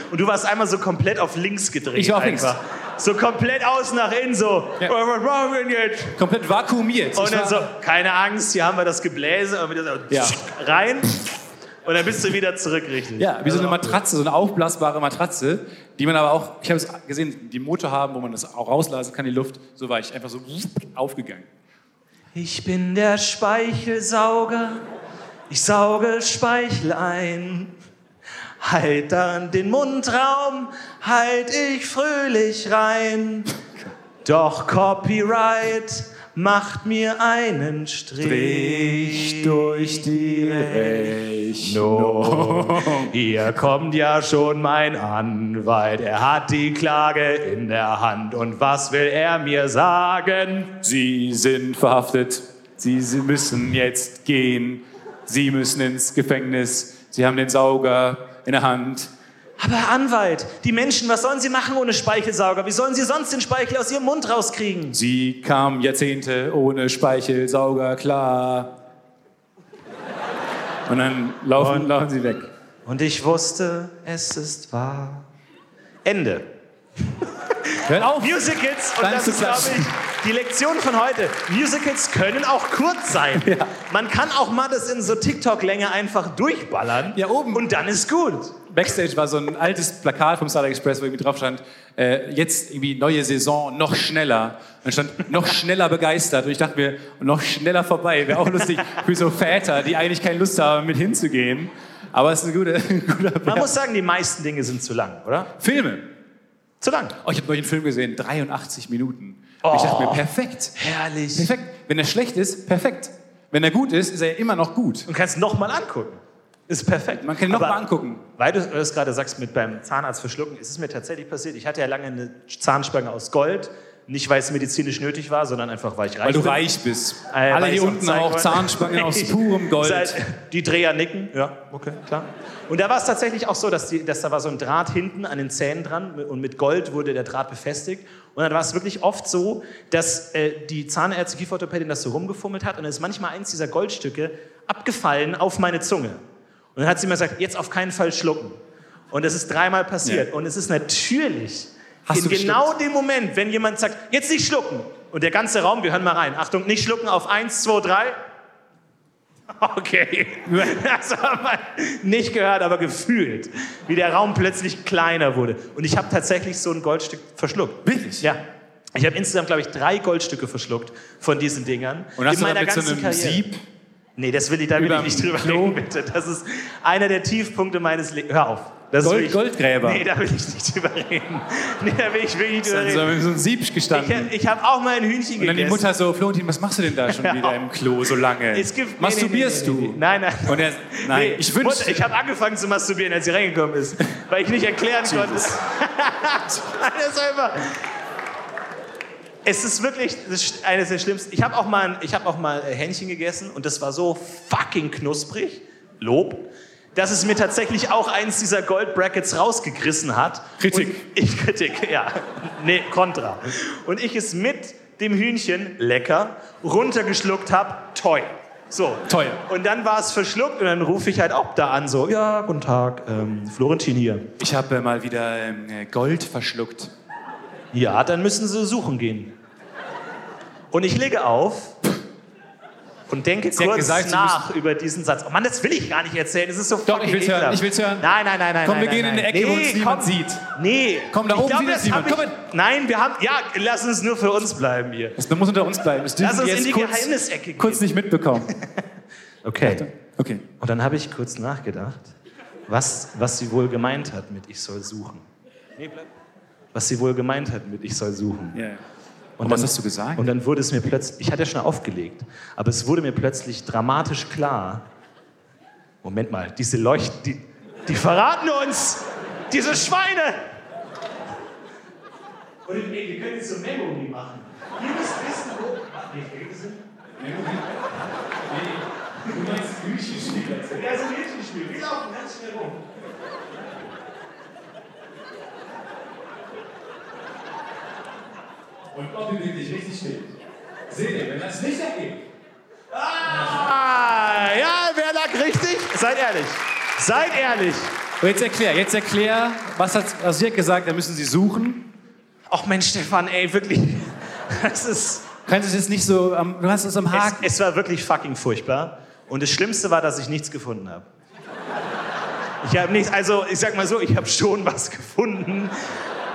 Und du warst einmal so komplett auf links gedreht. Ich war auf einfach. So komplett aus nach innen, so, Ja. "Oh, was machen wir denn jetzt? komplett vakuumiert. Und Ich dann war- so, keine Angst, hier haben wir das Gebläse. Und wieder so, Ja. rein. Und dann bist du wieder zurück, richtig? Ja, wie so eine Also, Matratze, so eine aufblasbare Matratze, die man aber auch, ich habe es gesehen, die Motor haben, wo man das auch rauslassen kann, die Luft. So war ich einfach so aufgegangen. Ich bin der Speichelsauger, ich sauge Speichel ein. Halt dann den Mundraum, halt ich fröhlich rein. Doch Copyright macht mir einen Strich, durch die Rechnung. Hier kommt ja schon mein Anwalt, er hat die Klage in der Hand. Und was will er mir sagen? Sie sind verhaftet. Sie, sie müssen jetzt gehen. Sie müssen ins Gefängnis. Sie haben den Sauger in der Hand. Aber Anwalt, die Menschen, was sollen sie machen ohne Speichelsauger? Wie sollen sie sonst den Speichel aus ihrem Mund rauskriegen? Sie kamen Jahrzehnte ohne Speichelsauger klar. Und dann laufen, laufen sie weg. Und ich wusste, es ist wahr. Ende. Hört auf! Musicals, und Dann das zu ist, glaube ich, klatschen. die Lektion von heute. Musicals können auch kurz sein. Man kann auch mal das in so TikTok-Länge einfach durchballern. Ja, oben. Und dann ist gut. Backstage war so ein altes Plakat vom Starlight Express, wo irgendwie drauf stand, äh, jetzt irgendwie neue Saison, noch schneller. Und dann stand noch schneller begeistert. Und ich dachte mir, noch schneller vorbei. Wäre auch lustig für so Väter, die eigentlich keine Lust haben, mit hinzugehen. Aber es ist ein guter, ein guter Man muss sagen, die meisten Dinge sind zu lang, oder? Filme. Zu lang. Oh, ich habe neulich einen Film gesehen, 83 Minuten. Und Ich dachte mir, perfekt. Herrlich. Perfekt. Wenn er schlecht ist, perfekt. Wenn er gut ist, ist er immer noch gut. Und kannst nochmal angucken. Ist perfekt. Man kann ihn noch Aber mal angucken. Weil du es gerade sagst, mit beim Zahnarzt verschlucken, ist es mir tatsächlich passiert. Ich hatte ja lange eine Zahnspange aus Gold. Nicht, weil es medizinisch nötig war, sondern einfach, weil ich reich Weil du bin. reich bist. Äh, weil Alle ich's hier unten zeigen auch wollte. Zahnspangen aus purem Gold. Seit- Die Dreher nicken. Ja, okay, klar. Und da war es tatsächlich auch so, dass, die, dass da war so ein Draht hinten an den Zähnen dran und mit Gold wurde der Draht befestigt. Und dann war es wirklich oft so, dass äh, die Zahnärztin Kieferorthopädin das so rumgefummelt hat und dann ist manchmal eins dieser Goldstücke abgefallen auf meine Zunge. Und dann hat sie mir gesagt, jetzt auf keinen Fall schlucken. Und das ist dreimal passiert. Ja. Und es ist natürlich Hast in du genau dem Moment, wenn jemand sagt, jetzt nicht schlucken. Und der ganze Raum, wir hören mal rein. Achtung, nicht schlucken auf 1, 2, 3. Okay. Das hat man nicht gehört, aber gefühlt, wie der Raum plötzlich kleiner wurde. Und ich habe tatsächlich so ein Goldstück verschluckt. Wirklich? Ja. Ich habe insgesamt, glaube ich, drei Goldstücke verschluckt von diesen Dingern. Und hast in du dann meiner mit so ganzen einem Karriere. Sieb Nee, das will ich, da will ich Überm nicht drüber Klo? reden, bitte. Das ist einer der Tiefpunkte meines Lebens. Hör auf. Das ist Gold- wirklich- Goldgräber. Nee, da will ich nicht drüber reden. Nee, da will ich wirklich nicht drüber Dann sind reden. wir mit so einem Sieb Ich, gestanden. hab- ich habe auch mal ein Hühnchen Und dann die gegessen. Mutter so, Florentin, was machst du denn da schon wieder im Klo so lange? Es gibt, nee, Masturbierst nee, nee, nee, du? Nee. Nein, nein. Und er, nein, Nee, ich Mutter, wünschte, Ich habe angefangen zu masturbieren, als sie reingekommen ist, weil ich nicht erklären konnte. das ist einfach. Es ist wirklich eines der schlimmsten. Ich habe auch, mal- ich hab auch mal äh, Hähnchen gegessen und das war so fucking knusprig. Lob. Dass es mir tatsächlich auch eins dieser Goldbrackets rausgegrissen hat. Kritik. Und ich, Kritik, ja. Nee, Kontra. Und ich es mit dem Hühnchen, lecker, runtergeschluckt habe, toll. So. Toll. Und dann war es verschluckt und dann rufe ich halt auch da an, so, ja, guten Tag, ähm, Florentin hier. Ich habe äh, mal wieder ähm, äh, Gold verschluckt. Ja, dann müssen sie suchen gehen. Und ich lege auf und denke hat kurz gesagt, Sie nach über diesen Satz. Oh Mann, das will ich gar nicht erzählen. Das ist so Doch, fucking ich will's hören, ekelhaft. ich will's hören. Nein, nein, nein, nein. Komm, wir nein, gehen nein, in eine nein. Ecke, wo nee, uns niemand komm. sieht. Nee. Komm, da Ich oben glaub, sieht uns das niemand. hab ich- Komm Nein, wir haben... Ja, lass uns nur für uns bleiben hier. Das muss unter uns bleiben. Das dürfen Lass uns wir in jetzt die kurz, Geheimnisecke gehen. kurz nicht mitbekommen. Okay. Okay. Und dann habe ich kurz nachgedacht, was, was sie wohl gemeint hat mit ich soll suchen. Was sie wohl gemeint hat mit ich soll suchen. Ja. Und was hast du gesagt? Und dann wurde es mir plötzlich, ich hatte ja schon aufgelegt, aber es wurde mir plötzlich dramatisch klar. Moment mal, diese Leuchten, die, die verraten uns! Diese Schweine! Und ey, wir können jetzt so Memory machen. Ihr müsst wissen, wo. Macht nicht Memory? Nee. Du meinst Hühnchenspiel. Ja, so ein Hühnchenspiel. Wir laufen ganz schnell rum. Und ob ihr wirklich richtig steht, seht ihr, wenn das nicht ergeht. Ah, ja, wer lag richtig? Seid ehrlich. Seid ehrlich. Und jetzt erklär, jetzt erklär, was hat also sie hat gesagt, da müssen sie suchen. Ach Mensch, Stefan, ey, wirklich. Das ist. Kannst du es jetzt nicht so, am, du hast es am Es, Haken. es war wirklich fucking furchtbar. Und das Schlimmste war, dass ich nichts gefunden habe. Ich habe nichts, also ich sag mal so, ich habe schon was gefunden,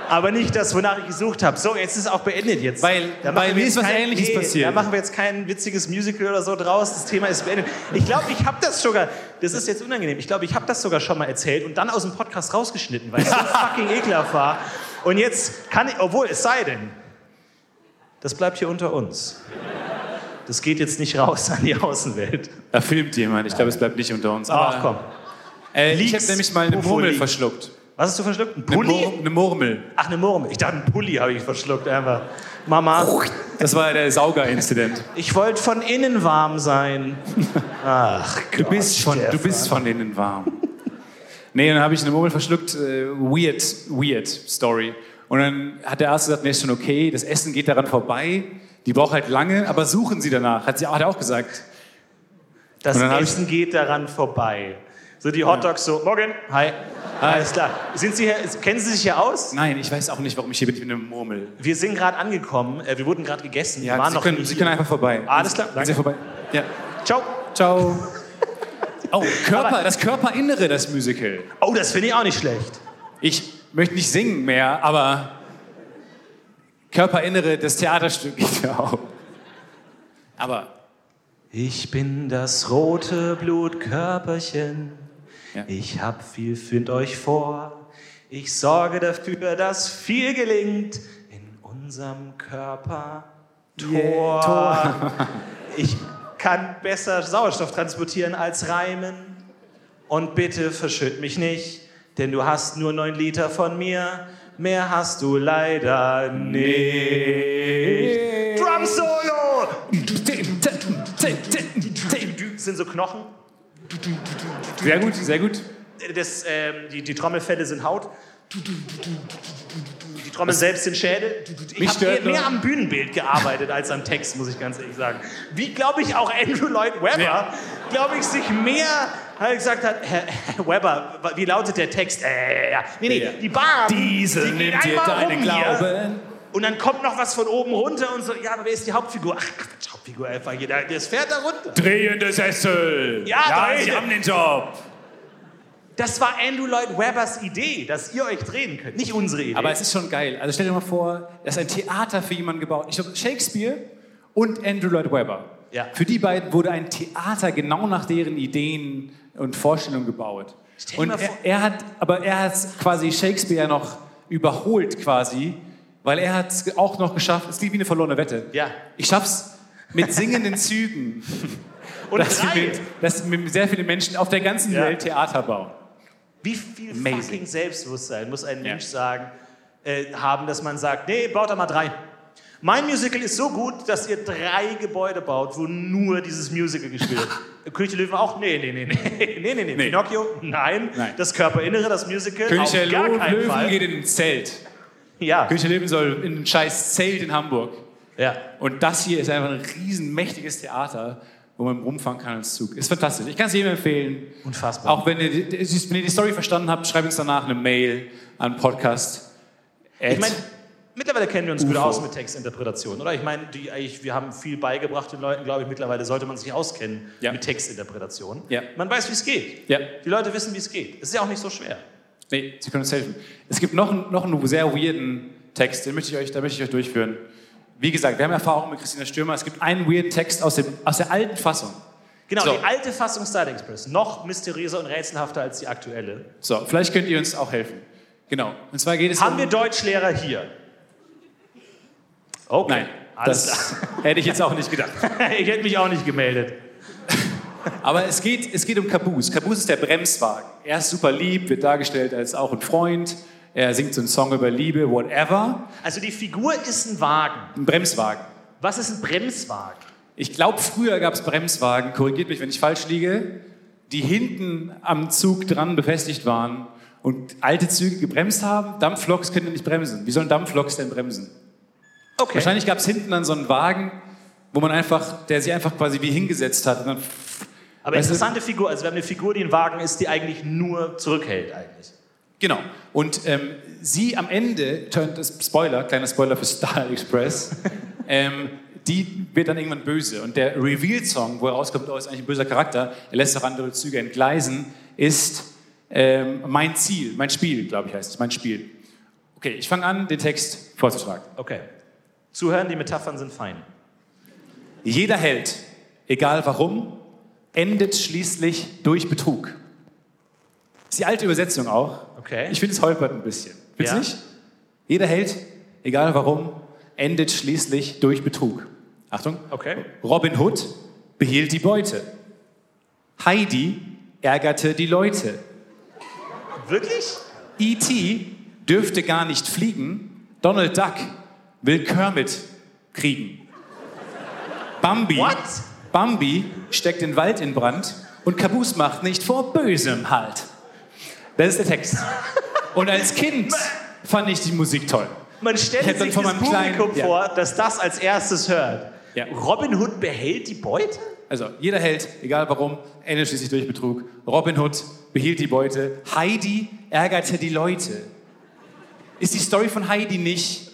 aber nicht das, wonach ich gesucht habe. So, jetzt ist auch beendet jetzt. Weil- Da machen weil wir mir jetzt ist was Ähnliches passiert. Da machen wir jetzt kein witziges Musical oder so draus. Das Thema ist beendet. Ich glaube, ich habe das sogar, das ist jetzt unangenehm, ich glaube, ich habe das sogar schon mal erzählt und dann aus dem Podcast rausgeschnitten, weil es so fucking ekelhaft war. Und jetzt kann ich, obwohl, es sei denn, das bleibt hier unter uns. Das geht jetzt nicht raus an die Außenwelt. Da filmt jemand, ich glaube, es bleibt nicht unter uns. Ach komm. Äh, ich Leaks, habe nämlich mal eine Pufo Murmel Leaks. verschluckt. Was hast du verschluckt? Ein Eine, Pulli? Mur- eine Murmel. Ach, eine Murmel. Ich dachte, einen Pulli habe ich verschluckt einfach. Mama, Das war der Sauger-Inzident. ich wollte von innen warm sein. Ach Gott. Du bist von, du Stefan. bist von innen warm. Nee, dann habe ich eine Murmel verschluckt. Äh, weird, weird Story. Und dann hat der Arzt gesagt, nee, ist schon okay, das Essen geht daran vorbei. Die braucht halt lange, aber suchen sie danach. Hat, sie, hat er auch gesagt. Das Und dann habe ich- Essen geht daran vorbei. So die Hotdogs so, morgen, hi. Alles klar. Sind Sie, hier- kennen Sie sich hier aus? Nein, ich weiß auch nicht, warum ich hier bin. Ich bin eine Murmel. Wir sind gerade angekommen. Äh, Wir wurden gerade gegessen. Ja, wir waren sie, noch können, nicht sie können hier. einfach vorbei. Alles klar, Gehen Sie vorbei. Ja. Ciao. Ciao. Oh, Körper, Aber- das Körperinnere, das Musical. Oh, das finde ich auch nicht schlecht. Ich möchte nicht singen mehr, aber Körperinnere, das Theaterstück geht ja auch. Aber Ich bin das rote Blutkörperchen. Ja. Ich hab viel für euch vor. Ich sorge dafür, dass viel gelingt in unserem Körper. Tor. Ich kann besser Sauerstoff transportieren als reimen. Und bitte verschütt mich nicht, denn du hast nur neun Liter von mir. Mehr hast du leider nicht. Drum Solo! Das sind so Knochen. sehr gut, sehr gut. Das, ähm, die, die Trommelfelle sind Haut. Die Trommeln selbst sind Schädel. Ich Mich habe stört mehr, mehr nur- am Bühnenbild gearbeitet als am Text, muss ich ganz ehrlich sagen. Wie, glaube ich, auch Andrew Lloyd Webber, Ja. glaube ich, sich mehr halt gesagt hat, Herr, Herr Webber, wie lautet der Text? Äh, ja. Nee, nee, Ja. die Bar. Diese die geht nimmt dir einmal deinen rum hier. Glauben. Und dann kommt noch was von oben runter und so, ja, aber wer ist die Hauptfigur? Ach, Quatsch, Hauptfigur einfach hier. da- Das fährt da runter. Drehende Sessel. Ja, drehende- den Job. Das war Andrew Lloyd Webbers Idee, dass ihr euch drehen könnt. Nicht unsere Idee. Aber es ist schon geil. Also stell dir mal vor, das ist ein Theater für jemanden gebaut. Ich glaube, Shakespeare und Andrew Lloyd Webber. Ja. Für die beiden wurde ein Theater genau nach deren Ideen und Vorstellungen gebaut. Stell dir Und mal er, vor- er hat, aber er hat quasi Shakespeare noch überholt quasi, weil er hat es auch noch geschafft. Es liegt wie eine verlorene Wette. Ja. Ich schaff's mit singenden Zügen, Und dass, sie drei. mit, dass sie mit sehr viele Menschen auf der ganzen Ja. Welt Theater bauen. Wie viel Amazing. fucking Selbstbewusstsein muss ein Mensch sagen, äh, haben, dass man sagt, nee, baut da mal drei. Mein Musical ist so gut, dass ihr drei Gebäude baut, wo nur dieses Musical gespielt wird. König der Löwen auch? Nee, nee, nee, nee. Nee, nee, nee. Pinocchio? Nein. Nein. Das Körperinnere, das Musical? König auf der gar Lo- keinen Löwen Fall. geht in ein Zelt. Ja. König der Löwen soll in ein scheiß Zelt in Hamburg. ja. Und das hier ist einfach ein riesenmächtiges Theater, wo man rumfahren kann als Zug. Ist fantastisch. Ich kann es jedem empfehlen. Unfassbar. Auch wenn ihr, die- die- wenn ihr die Story verstanden habt, schreibt uns danach eine Mail an Podcast. Ich meine, mittlerweile kennen wir uns gut UFO. aus mit Textinterpretation, oder? Ich meine, die, ich, wir haben viel beigebracht den Leuten, glaube ich. Mittlerweile sollte man sich auskennen Ja. mit Textinterpretation. Ja. Man weiß, wie es geht. Ja. Die Leute wissen, wie es geht. Es ist ja auch nicht so schwer. Nee, Sie können uns helfen. Es gibt noch, einen- noch einen sehr weirden Text, den möchte ich euch, da möchte ich euch durchführen. Wie gesagt, wir haben Erfahrung mit Christina Stürmer. Es gibt einen weirden Text aus, dem, aus der alten Fassung. Genau, So. die alte Fassung Starlight Express, noch mysteriöser und rätselhafter als die aktuelle. So, vielleicht könnt ihr uns auch helfen. Genau. Und zwar geht es Haben um... wir Deutschlehrer hier? Okay. Nein, Alles das hätte ich jetzt auch nicht gedacht. klar. ich hätte mich auch nicht gemeldet. Aber es geht, es geht um Caboose. Caboose ist der Bremswagen. Er ist super lieb, wird dargestellt als auch ein Freund. Er singt so einen Song über Liebe, whatever. Also die Figur ist ein Wagen. Ein Bremswagen. Was ist ein Bremswagen? Ich glaube, früher gab es Bremswagen, korrigiert mich, wenn ich falsch liege, die hinten am Zug dran befestigt waren und alte Züge gebremst haben. Dampfloks können nicht bremsen. Wie sollen Dampfloks denn bremsen? Okay. Wahrscheinlich gab es hinten dann so einen Wagen, wo man einfach, der sich einfach quasi wie hingesetzt hat. Und dann, Aber Weißt du- interessante Figur, also wir haben eine Figur, die ein Wagen ist, die eigentlich nur zurückhält eigentlich. genau. Und ähm, sie am Ende, turnt das Spoiler, kleiner Spoiler für Star Express, ähm, die wird dann irgendwann böse. Und der Reveal-Song, wo er rauskommt, oh, ist eigentlich ein böser Charakter, er lässt auch andere Züge entgleisen, ist ähm, mein Ziel, mein Spiel, glaube ich, heißt es, mein Spiel. Okay, ich fange an, den Text vorzutragen. Okay. Zuhören, die Metaphern sind fein. Jeder Held, egal warum, endet schließlich durch Betrug. Ist die alte Übersetzung auch. Okay. Ich finde, es holpert ein bisschen. Findest Ja. du nicht? Jeder Held, egal warum, endet schließlich durch Betrug. Achtung. Okay. Robin Hood behielt die Beute. Heidi ärgerte die Leute. Wirklich? E.T. E dürfte gar nicht fliegen. Donald Duck will Kermit kriegen. Bambi, What? Bambi steckt den Wald in Brand und Caboose macht nicht vor Bösem halt. Das ist der Text. Und als Kind fand ich die Musik toll. Man stellt Ich hätte sich von das meinem Publikum kleinen- ja. vor, das das als erstes hört. Ja. Robin Hood behält die Beute? Also jeder Held, egal warum, endet schließlich durch Betrug. Robin Hood behielt die Beute. Heidi ärgerte die Leute. Ist die Story von Heidi nicht,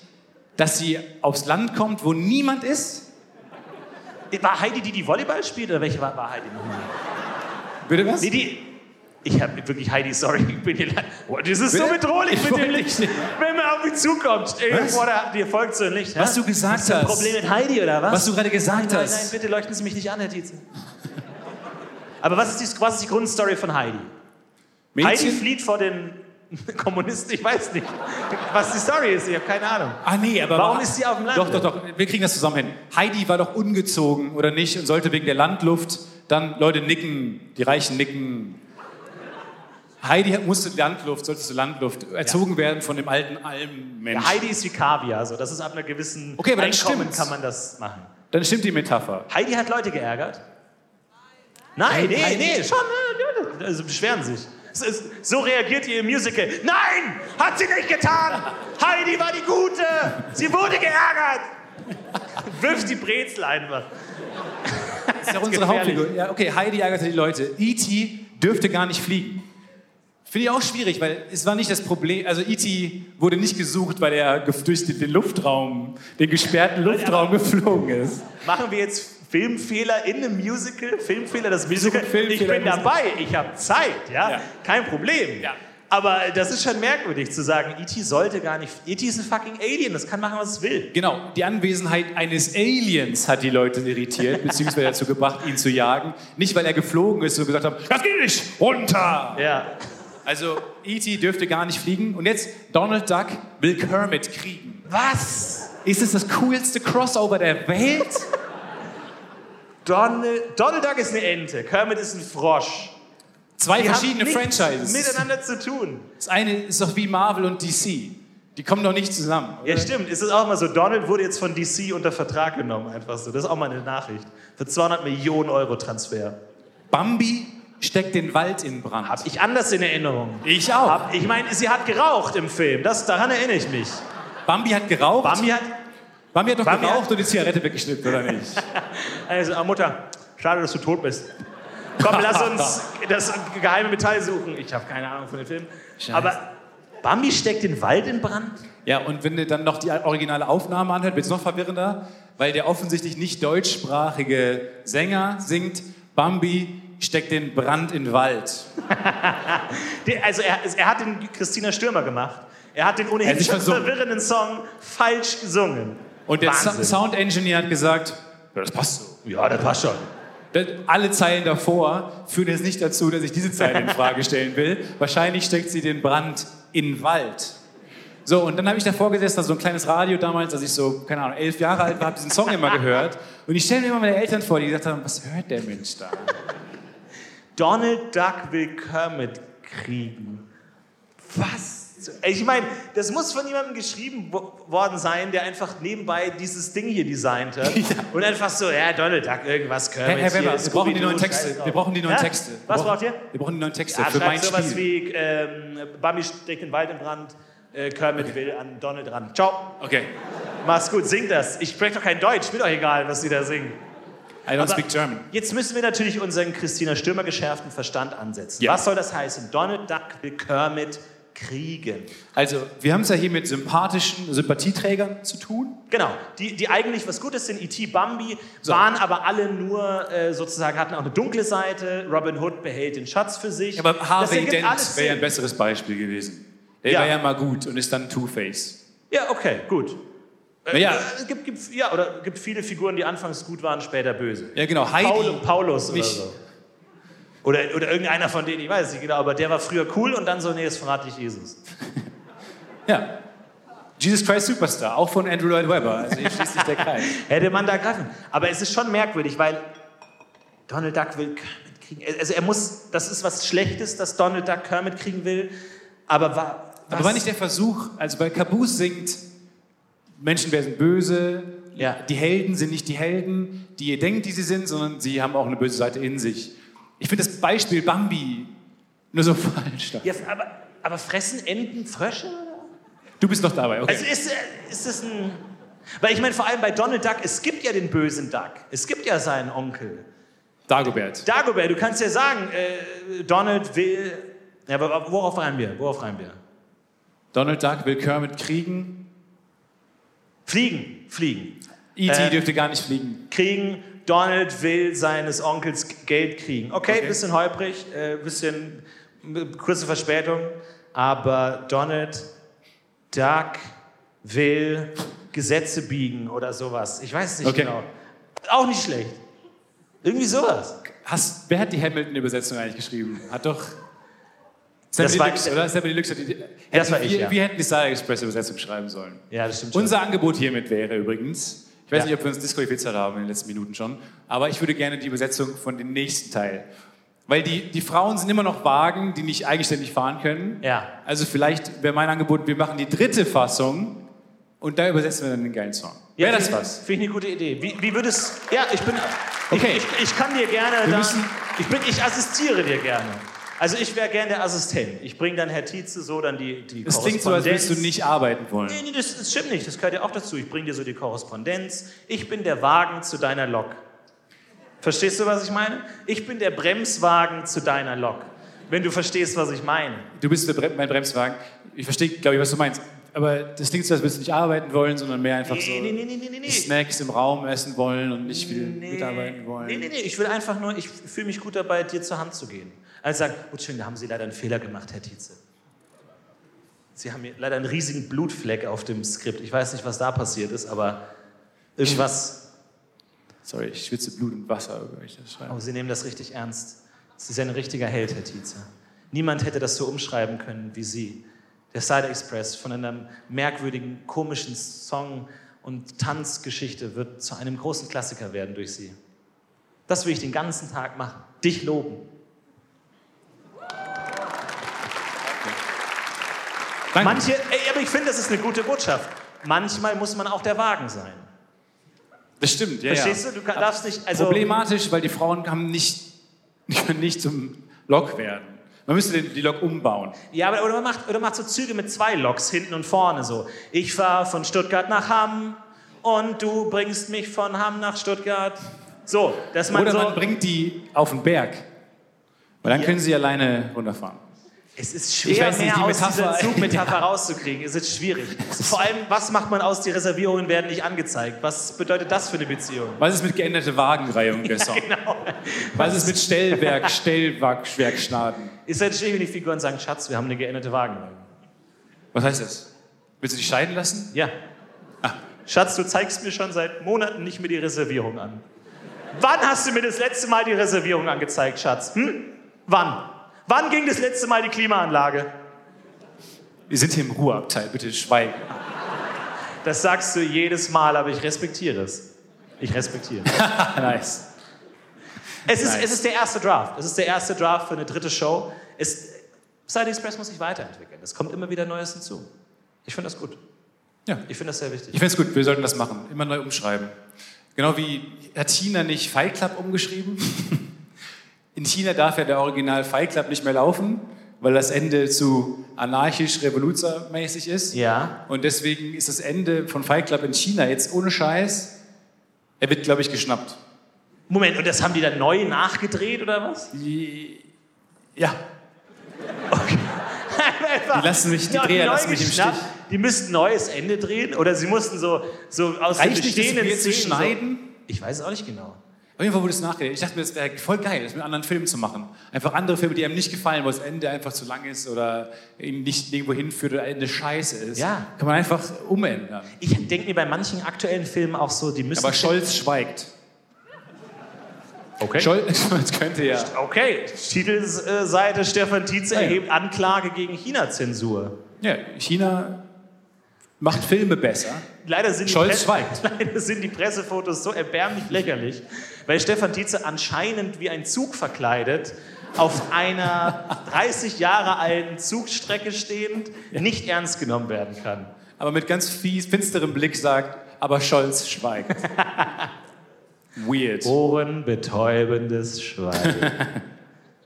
dass sie aufs Land kommt, wo niemand ist? War Heidi die, die Volleyball spielt? Oder welche war, war Heidi nochmal? Bitte was? Nee, die... Ich habe wirklich Heidi, sorry, ich bin hier... le- Boah, das ist so Bitte? bedrohlich Ich mit dem wollte Licht. nicht- Wenn man auf mich zukommt, stell dir Was? vor, da, dir folgt so ein Licht. Was ja? du gesagt Hast du ein hast. Problem mit Heidi, oder was? Was du gerade gesagt Nein, nein, hast. bitte leuchten Sie mich nicht an, Herr Tietze. Aber was ist, die, was ist die Grundstory von Heidi? Heidi Mädchen? flieht vor den Kommunisten, ich weiß nicht, was die Story ist, ich habe keine Ahnung. Ah nee, aber Warum ist sie auf dem Land? Doch, doch, doch. Wir kriegen das zusammen hin. Heidi war doch ungezogen oder nicht und sollte wegen der Landluft dann Leute nicken, die Reichen nicken. Heidi hat- musste Landluft, sollte zur Landluft erzogen werden von dem alten Almmensch. Heidi ist wie Kaviar, so. das ist ab einer gewissen Okay, aber dann Einkommen stimmt's. kann man das machen. Dann stimmt die Metapher. Heidi hat Leute geärgert? Nein, nee, Heidi- nee, schon. äh, äh, Also beschweren sich. Es ist- So reagiert ihr im Musical. Nein, hat sie nicht getan. Heidi war die Gute. Sie wurde geärgert. Wirft die Brezel einfach. Das ist ja unsere Gefährlich. Hauptfigur. Ja, okay, Heidi ärgerte die Leute. E.T. dürfte gar nicht fliegen. Finde ich auch schwierig, weil es war nicht das Problem. Also E.T. wurde nicht gesucht, weil er ge- durch den den Luftraum, den gesperrten Luftraum geflogen ist. Machen wir jetzt Filmfehler in einem Musical? Filmfehler, das Musical? suchen Filmfehler ich bin im Musical. dabei, ich habe Zeit, ja? Ja. Kein Problem. Ja. Aber das ist schon merkwürdig zu sagen, E.T. sollte gar nicht. E.T. ist ein fucking Alien, das kann machen, was es will. Genau, die Anwesenheit eines Aliens hat die Leute irritiert, beziehungsweise dazu gebracht, ihn zu jagen. Nicht, weil er geflogen ist und gesagt haben, das geht nicht, runter. Ja. Also E.T. dürfte gar nicht fliegen. Und jetzt Donald Duck will Kermit kriegen. Was? Ist es das coolste Crossover der Welt? Donald, Donald Duck ist eine Ente, Kermit ist ein Frosch. Zwei Die haben verschiedene nichts Franchises. miteinander zu tun. Das eine ist doch wie Marvel und DC. Die kommen doch nicht zusammen. Ja, stimmt. Es ist auch mal so, Donald wurde jetzt von DC unter Vertrag genommen, einfach so. Das ist auch mal eine Nachricht. Für 200 Millionen Euro Transfer. Bambi steckt den Wald in Brand. Hab ich anders in Erinnerung. Ich auch. Hab, ich meine, sie hat geraucht im Film. Das, daran erinnere ich mich. Bambi hat geraucht. Bambi hat. Bambi hat doch Bambi geraucht hat- und die Zigarette weggeschnippt, oder nicht? Also, ah, Mutter, schade, dass du tot bist. Komm, lass uns das geheime Metall suchen. Ich habe keine Ahnung von dem Film. Aber Bambi steckt den Wald in Brand? ja, und wenn ihr dann noch die originale Aufnahme anhört, wird es noch verwirrender, weil der offensichtlich nicht deutschsprachige Sänger singt, Bambi steckt den Brand in den Wald. Der, also er, er hat den Christina Stürmer gemacht. Er hat den Er ohnehin hat sich schon versungen. verwirrenden Song falsch gesungen. Und der Wahnsinn. Sa- Sound Engineer hat gesagt, ja, das passt so. Ja, das passt schon. Das- Alle Zeilen davor führen jetzt nicht dazu, dass ich diese Zeile in Frage stellen will. Wahrscheinlich steckt sie den Brand in den Wald. So, und dann habe ich davor gesessen, also so ein kleines Radio damals, als ich so, keine Ahnung, elf Jahre alt war, habe diesen Song immer gehört. Und ich stelle mir immer meine Eltern vor, die gesagt haben, was hört der Mensch da? Donald Duck will Kermit kriegen. Was? zu- Ich meine, das muss von jemandem geschrieben wo worden sein, der einfach nebenbei dieses Ding hier designt hat. Und einfach so, ja, Donald Duck, irgendwas Kermit. Herr, Herr hier, Weber, wir brauchen die Scooby-Doo, scheiß neuen Texte. drauf. Wir brauchen die neuen Ja? Texte. Wir Was brauchen- braucht ihr? Wir brauchen die neuen Texte Ja, für mein schreibt sowas Spiel. wie ähm, Bambi steckt den Wald in Brand, äh, Kermit will an Donald ran. Ciao, Okay, mach's gut, singt das. Ich spreche doch kein Deutsch, mir doch egal, was sie da singen. I don't Aber speak German. Jetzt müssen wir natürlich unseren Christina Stürmer geschärften Verstand ansetzen. Ja. Was soll das heißen? Donald Duck will Kermit kriegen. Also, wir haben es ja hier mit sympathischen Sympathieträgern zu tun. Genau, die, die eigentlich was Gutes sind, E.T., Bambi, waren aber alle nur äh, sozusagen, hatten auch eine dunkle Seite. Robin Hood behält den Schatz für sich. Aber Harvey ergibt alles Dent Sinn. wäre ein besseres Beispiel gewesen. Der Ja. war ja mal gut und ist dann Two-Face. Ja, okay, gut. Naja, Es gibt, gibt, ja, oder gibt viele Figuren, die anfangs gut waren, später böse. ja genau, Heidi. Paul, Paulus oder Mich- so. Oder, oder irgendeiner von denen, ich weiß nicht genau, aber der war früher cool und dann so, nee, das verrate ich Jesus. Ja. Jesus Christ Superstar, auch von Andrew Lloyd Webber. Also hier schließt sich der Kreis. Hätte man da greifen. Aber es ist schon merkwürdig, weil Donald Duck will Kermit kriegen. Also er muss, das ist was Schlechtes, dass Donald Duck Kermit kriegen will, aber war. Was? Aber war nicht der Versuch, also bei Caboose singt, Menschen werden böse, Ja. die Helden sind nicht die Helden, die ihr denkt, die sie sind, sondern sie haben auch eine böse Seite in sich. Ich finde das Beispiel Bambi nur so falsch. ja, aber, aber fressen Enten Frösche? Oder? Du bist noch dabei, okay. Also ist, äh, ist das ein. Weil ich meine, vor allem bei Donald Duck, es gibt ja den bösen Duck. Es gibt ja seinen Onkel. Dagobert. Dagobert, du kannst ja sagen, äh, Donald will. Ja, aber worauf rein wir? Worauf rein wir? Donald Duck will Kermit kriegen. Fliegen, fliegen. E.T. Äh. E dürfte gar nicht fliegen. kriegen. Donald will seines Onkels Geld kriegen. Okay, Okay. bisschen holprig, äh, bisschen m- kurze Verspätung, aber Donald Duck will Gesetze biegen oder sowas. Ich weiß nicht Okay. genau. Auch nicht schlecht. Irgendwie sowas. Hast, wer hat die Hamilton-Übersetzung eigentlich geschrieben? Hat doch. Das Sammy war- Deluxe, oder? Sammy Deluxe hat die. Das war wir, ich, ja. wir hätten die Star Express-Übersetzung schreiben sollen. Ja, das stimmt. Schon. Unser Angebot hiermit wäre übrigens, ich weiß Ja. nicht, ob wir uns disqualifiziert haben in den letzten Minuten schon, aber ich würde gerne die Übersetzung von dem nächsten Teil. Weil die, die Frauen sind immer noch Wagen, die nicht eigenständig fahren können. Ja. Also vielleicht wäre mein Angebot, wir machen die dritte Fassung und da übersetzen wir dann den geilen Song. ja, wäre das finde- was? Finde ich eine gute Idee. Wie, wie würdest Ja, ich bin. Ich, Okay. ich, ich kann dir gerne Wir da. müssen- Ich, bin, ich assistiere dir gerne. Also ich wäre gerne der Assistent. Ich bringe dann Herr Tietze so dann die, die Es klingt so, als würdest du nicht arbeiten wollen. Nee, nee, das, das stimmt nicht. Das gehört ja auch dazu. Ich bringe dir so die Korrespondenz. Ich bin der Wagen zu deiner Lok. Verstehst du, was ich meine? Ich bin der Bremswagen zu deiner Lok. Wenn du verstehst, was ich meine. Du bist der Bre mein Bremswagen. Ich verstehe, glaube ich, was du meinst. Aber das klingt so, als würdest du nicht arbeiten wollen, sondern mehr einfach so Nee, nee, nee, nee, nee, nee. die Snacks im Raum essen wollen und nicht viel mitarbeiten wollen. Nee, nee, nee, ich will einfach nur, ich fühle mich gut dabei, dir zur Hand zu gehen. Also sagen, oh schön, da haben Sie leider einen Fehler gemacht, Herr Tietze. Sie haben hier leider einen riesigen Blutfleck auf dem Skript. Ich weiß nicht, was da passiert ist, aber irgendwas. Sorry, ich schwitze Blut und Wasser über euch. Das schreibe. Aber Sie nehmen das richtig ernst. Sie sind ein richtiger Held, Herr Tietze. Niemand hätte das so umschreiben können wie Sie. Der Side Express von einer merkwürdigen, komischen Song- und Tanzgeschichte wird zu einem großen Klassiker werden durch Sie. Das will ich den ganzen Tag machen. Dich loben. Danke. Manche, ey, aber ich finde, das ist eine gute Botschaft. Manchmal muss man auch der Wagen sein. Das stimmt, ja. Verstehst ja. du? Du kann, darfst nicht. Also, Problematisch, weil die Frauen haben nicht, die können nicht zum Lok werden. Man müsste den, die Lok umbauen. Ja, aber, oder, man macht, oder macht so Züge mit zwei Loks hinten und vorne so. Ich fahre von Stuttgart nach Hamm und du bringst mich von Hamm nach Stuttgart. So, dass man Oder so. man bringt die auf den Berg. Weil dann können sie alleine runterfahren. es ist schwer, Ich weiß nicht, mehr die aus Metapher- dieser Zugmetapher rauszukriegen. Es ist schwierig. Vor allem, was macht man aus, die Reservierungen werden nicht angezeigt? Was bedeutet das für eine Beziehung? Was ist mit geänderte Wagenreihung der Song? Genau. Was ist mit Stellwerk, Stellwerkschnaden? Ist halt schwierig, wenn die Figuren sagen: Schatz, wir haben eine geänderte Wagenlage. Was heißt das? Willst du dich scheiden lassen? Ja. Ah, Schatz, du zeigst mir schon seit Monaten nicht mehr die Reservierung an. Wann hast du mir das letzte Mal die Reservierung angezeigt, Schatz? Hm? Wann? Wann ging das letzte Mal die Klimaanlage? Wir sind hier im Ruheabteil, bitte schweigen. Das sagst du jedes Mal, aber ich respektiere es. Ich respektiere es. Nice. es. Ist, Nice. Es ist der erste Draft. Es ist der erste Draft für eine dritte Show. Es, Side Express muss sich weiterentwickeln. Es kommt immer wieder Neues hinzu. Ich finde das gut. Ja. Ich finde das sehr wichtig. Ich find's gut, wir sollten das machen. Immer neu umschreiben. Genau wie hat China nicht Fight Club umgeschrieben? In China darf ja der Original Fight Club nicht mehr laufen, weil das Ende zu anarchisch-revoluzermäßig ist. Ja. Und deswegen ist das Ende von Fight Club in China jetzt ohne Scheiß. Er wird, glaube ich, geschnappt. Moment, und das haben die dann neu nachgedreht oder was? Ja. Einfach. Die lassen mich- die Ja, Dreher neu lassen mich im geschnappt. Stich. Die müssten neues Ende drehen oder sie mussten so, so aus den Reicht nicht, das bestehenden Bier zu Szenen schneiden? So, ich weiß es auch nicht genau. Auf jeden Fall wurde es nachgedacht. Ich dachte mir, das wäre voll geil, das mit anderen Filmen zu machen. Einfach andere Filme, die einem nicht gefallen, weil das Ende einfach zu lang ist oder ihn nicht nirgendwo hinführt oder Ende scheiße ist. Ja. Kann man einfach umändern. Ich denke mir bei manchen aktuellen Filmen auch so, die müssen. Aber Scholz schweigt. okay. Scholz Scholz könnte ja. okay. Titelseite Stefan Tietze Ah, ja. erhebt Anklage gegen China-Zensur. Ja, China macht Filme besser. Leider sind, die Scholz Presse- schweigt. Leider sind die Pressefotos so erbärmlich lächerlich, weil Stefan Tietze anscheinend wie ein Zug verkleidet auf einer 30 Jahre alten Zugstrecke stehend nicht ernst genommen werden kann. Aber mit ganz fies, finsterem Blick sagt, aber Scholz schweigt. Weird. Ohrenbetäubendes Schweigen.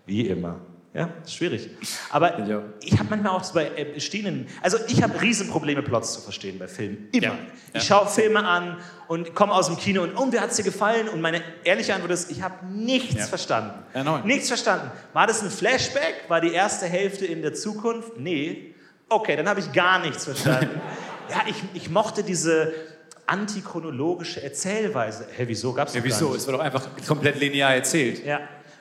Wie immer. Ja, ist schwierig. Aber Ja. ich habe manchmal auch so bei äh, bestehenden, also ich habe Riesenprobleme, Plots zu verstehen bei Filmen. Immer. Ich schaue Filme an und komme aus dem Kino und, oh, mir hat es dir gefallen? Und meine ehrliche Antwort ist, ich habe nichts Ja. verstanden. Ja, nein. nichts verstanden. War das ein Flashback? War die erste Hälfte in der Zukunft? Nee. Okay, dann habe ich gar nichts verstanden. ja, ich, ich mochte diese antichronologische Erzählweise. Hä, wieso gab es Ja, wieso? Es wird doch einfach komplett linear erzählt. ja.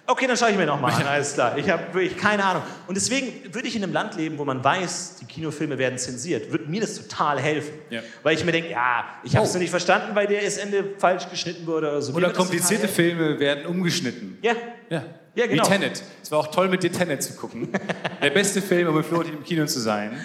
Okay, dann schaue ich mir nochmal an, alles klar. Ich habe wirklich keine Ahnung. Und deswegen würde ich in einem Land leben, wo man weiß, die Kinofilme werden zensiert, würde mir das total helfen. Ja. Weil ich mir denke, ja, ich habe es Oh. noch nicht verstanden, weil der das Ende falsch geschnitten wurde oder so. Mir Oder würde das komplizierte total Filme werden umgeschnitten. helfen. Ja. Ja, Ja, genau. Wie Tenet. Es war auch toll, mit dir Tenet zu gucken. Der beste Film, um mit Florentin im Kino zu sein.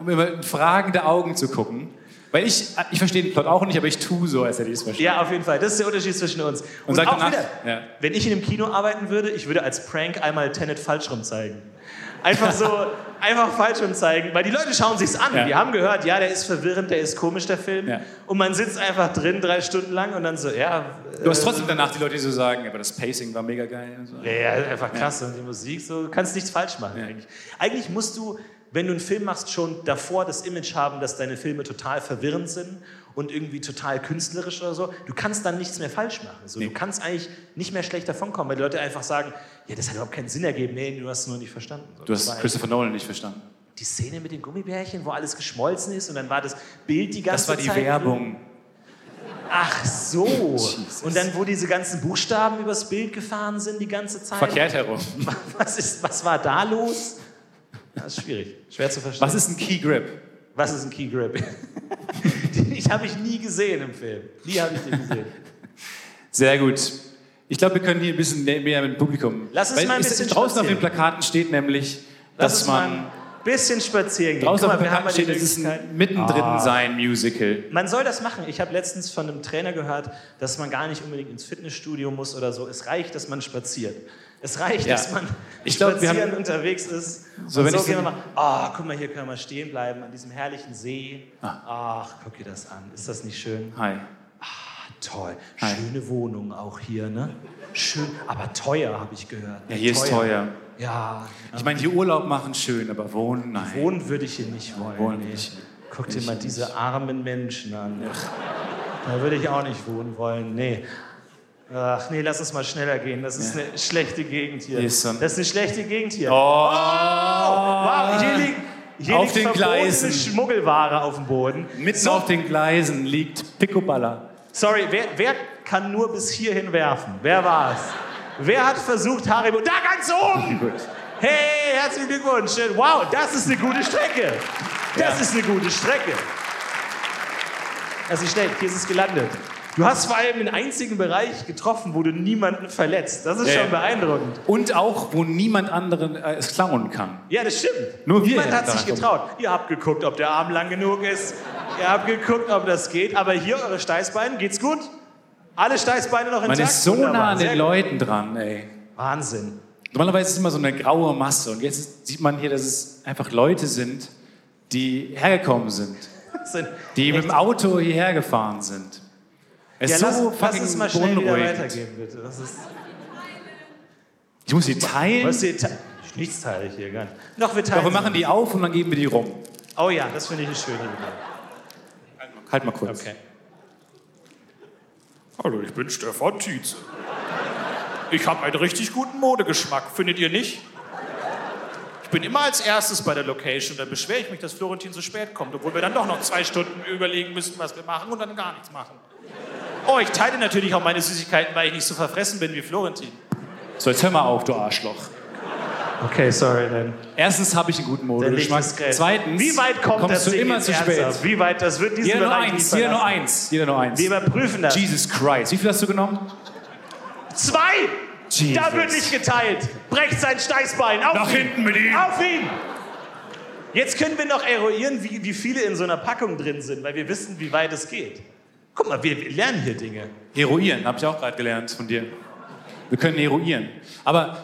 Um immer in fragende Augen zu gucken. Weil ich, äh, ich verstehe den Plot auch nicht, aber ich tue so, als hätte ich es verstanden. Ja, auf jeden Fall. Das ist der Unterschied zwischen uns. Und, sag auch danach- wieder, ja. wenn ich in einem Kino arbeiten würde, ich würde als Prank einmal Tenet falsch rum zeigen. Einfach so, einfach falsch rum zeigen, weil die Leute schauen sich's an. Ja. Die haben gehört, ja, der ist verwirrend, der ist komisch, der Film. Ja. Und man sitzt einfach drin drei Stunden lang und dann so, ja. äh, Du hast trotzdem danach die Leute, die so sagen, aber das Pacing war mega geil. Und so. Ja, ja, einfach krass. Und die Musik, so, du kannst nichts falsch machen eigentlich. Eigentlich musst du, wenn du einen Film machst, schon davor das Image haben, dass deine Filme total verwirrend sind und irgendwie total künstlerisch oder so. Du kannst dann nichts mehr falsch machen. So, Du kannst eigentlich nicht mehr schlecht davonkommen, weil die Leute einfach sagen, ja, das hat überhaupt keinen Sinn ergeben. Nee, du hast es nur nicht verstanden. So, Du das war hast eigentlich- Christopher Nolan nicht verstanden. die Szene mit den Gummibärchen, wo alles geschmolzen ist und dann war das Bild die ganze Das Zeit. war die Werbung. Ach so. Und dann, wo diese ganzen Buchstaben übers Bild gefahren sind die ganze Zeit. Verkehrt herum. Was, ist, was war da los? Das ist schwierig, schwer zu verstehen. Was ist ein Key Grip? Was ist ein Key Grip? Den habe ich nie gesehen im Film. Nie habe ich den gesehen. Sehr gut. Ich glaube, wir können hier ein bisschen mehr mit dem Publikum. Lass uns Weil mal ein es- bisschen Draußen auf spazieren. den Plakaten steht nämlich, Lass dass uns man mal- Bisschen spazieren gehen. Draußen Guck auf mal, der wir haben mal Karte die steht, es ist Möglichkeit. Ah. ein mittendrin sein Musical. Man soll das machen. Ich habe letztens von einem Trainer gehört, dass man gar nicht unbedingt ins Fitnessstudio muss oder so. Es reicht, dass man spaziert. Es reicht, Ja. dass man Ich glaub, wir spazieren haben- unterwegs ist. So, So, und wenn so ich gehen wir so- mal. Ah, guck mal, hier können wir stehen bleiben an diesem herrlichen See. Ah. Ach, guck dir das an. Ist das nicht schön? Hi. Toll. Hi. Schöne Wohnung auch hier, ne? Schön, aber teuer, habe ich gehört. ne? Ja, hier ist teuer. Ja, Ich meine, hier Urlaub machen schön, aber wohnen, nein. wohnen würde ich hier nicht wollen. Wohnen nee. nicht. Guck dir Ich mal nicht. diese armen Menschen an. Da würde ich auch nicht wohnen wollen, nee. Ach nee, lass uns mal schneller gehen. Das ist eine schlechte Gegend hier. Hier ist so ein- Das ist eine schlechte Gegend hier. Oh. wow, Wow, Ah. hier liegt, hier Auf liegt den verbotene Gleisen. Schmuggelware auf dem Boden. Mitten auf den Gleisen liegt Picoballa. Sorry, wer, wer kann nur bis hierhin werfen? Wer war's? Wer hat versucht, Haribo... Da ganz oben! Gut. Hey, herzlichen Glückwunsch. Schön. Wow, das ist eine gute Strecke. Das Ja. ist eine gute Strecke. Das ist schnell. Hier ist es gelandet. Du hast vor allem den einzigen Bereich getroffen, wo du niemanden verletzt. Das ist Ja, schon ja. beeindruckend. Und auch, wo niemand anderen äh, es klauen kann. Ja, das stimmt. Nur wir Niemand hätten hat sich daran getraut. Ihr habt geguckt, ob der Arm lang genug ist. Ihr habt geguckt, ob das geht. Aber hier, eure Steißbeine, geht's gut? Alle Steißbeine noch intakt? Man ist so nah Wunderbar. an Sehr gut. den Leuten dran, ey. Wahnsinn. Normalerweise ist es immer so eine graue Masse und jetzt ist, sieht man hier, dass es einfach Leute sind, die hergekommen sind, Das sind die mit dem Auto hierher gefahren sind. Es ja, ist lass, so lass uns fucking mal schnell wieder beunruhigend. weitergehen, bitte. Das ist... Ich muss die teilen, Was die Te- Nichts teile ich hier gar nicht. Noch wir teilen. doch wir machen die auf und dann geben wir die rum. sie. Oh ja, das finde ich eine schöne Idee. Halt mal kurz. Hallo, ich bin Stefan Tietze. Ich habe einen richtig guten Modegeschmack, findet ihr nicht? Ich bin immer als erstes bei der Location, dann beschwere ich mich, dass Florentin so spät kommt, obwohl wir dann doch noch zwei Stunden überlegen müssen, was wir machen und dann gar nichts machen. Oh, ich teile natürlich auch meine Süßigkeiten, weil ich nicht so verfressen bin wie Florentin. So, jetzt hör mal auf, du Arschloch. Okay, sorry dann. Erstens habe ich einen guten Der Licht Modegeschmack. ist grell. Zweitens wie weit kommt kommst das du Ding immer jetzt zu ernsthaft? spät. Wie weit das wird diesen Jeder nur Bereich eins, nicht jeder nur verlassen. eins, jeder nur eins. Wir überprüfen das. Jesus Christ. Wie viel hast du genommen? Zwei! Jesus. Da wird nicht geteilt. Brecht sein Steißbein. Auf Nach ihn. hinten mit ihm. Auf ihn! Jetzt können wir noch eruieren, wie, wie viele in so einer Packung drin sind, weil wir wissen, wie weit es geht. Guck mal, wir, wir lernen hier Dinge. Heroieren, habe ich auch gerade gelernt von dir. Wir können heroieren. Aber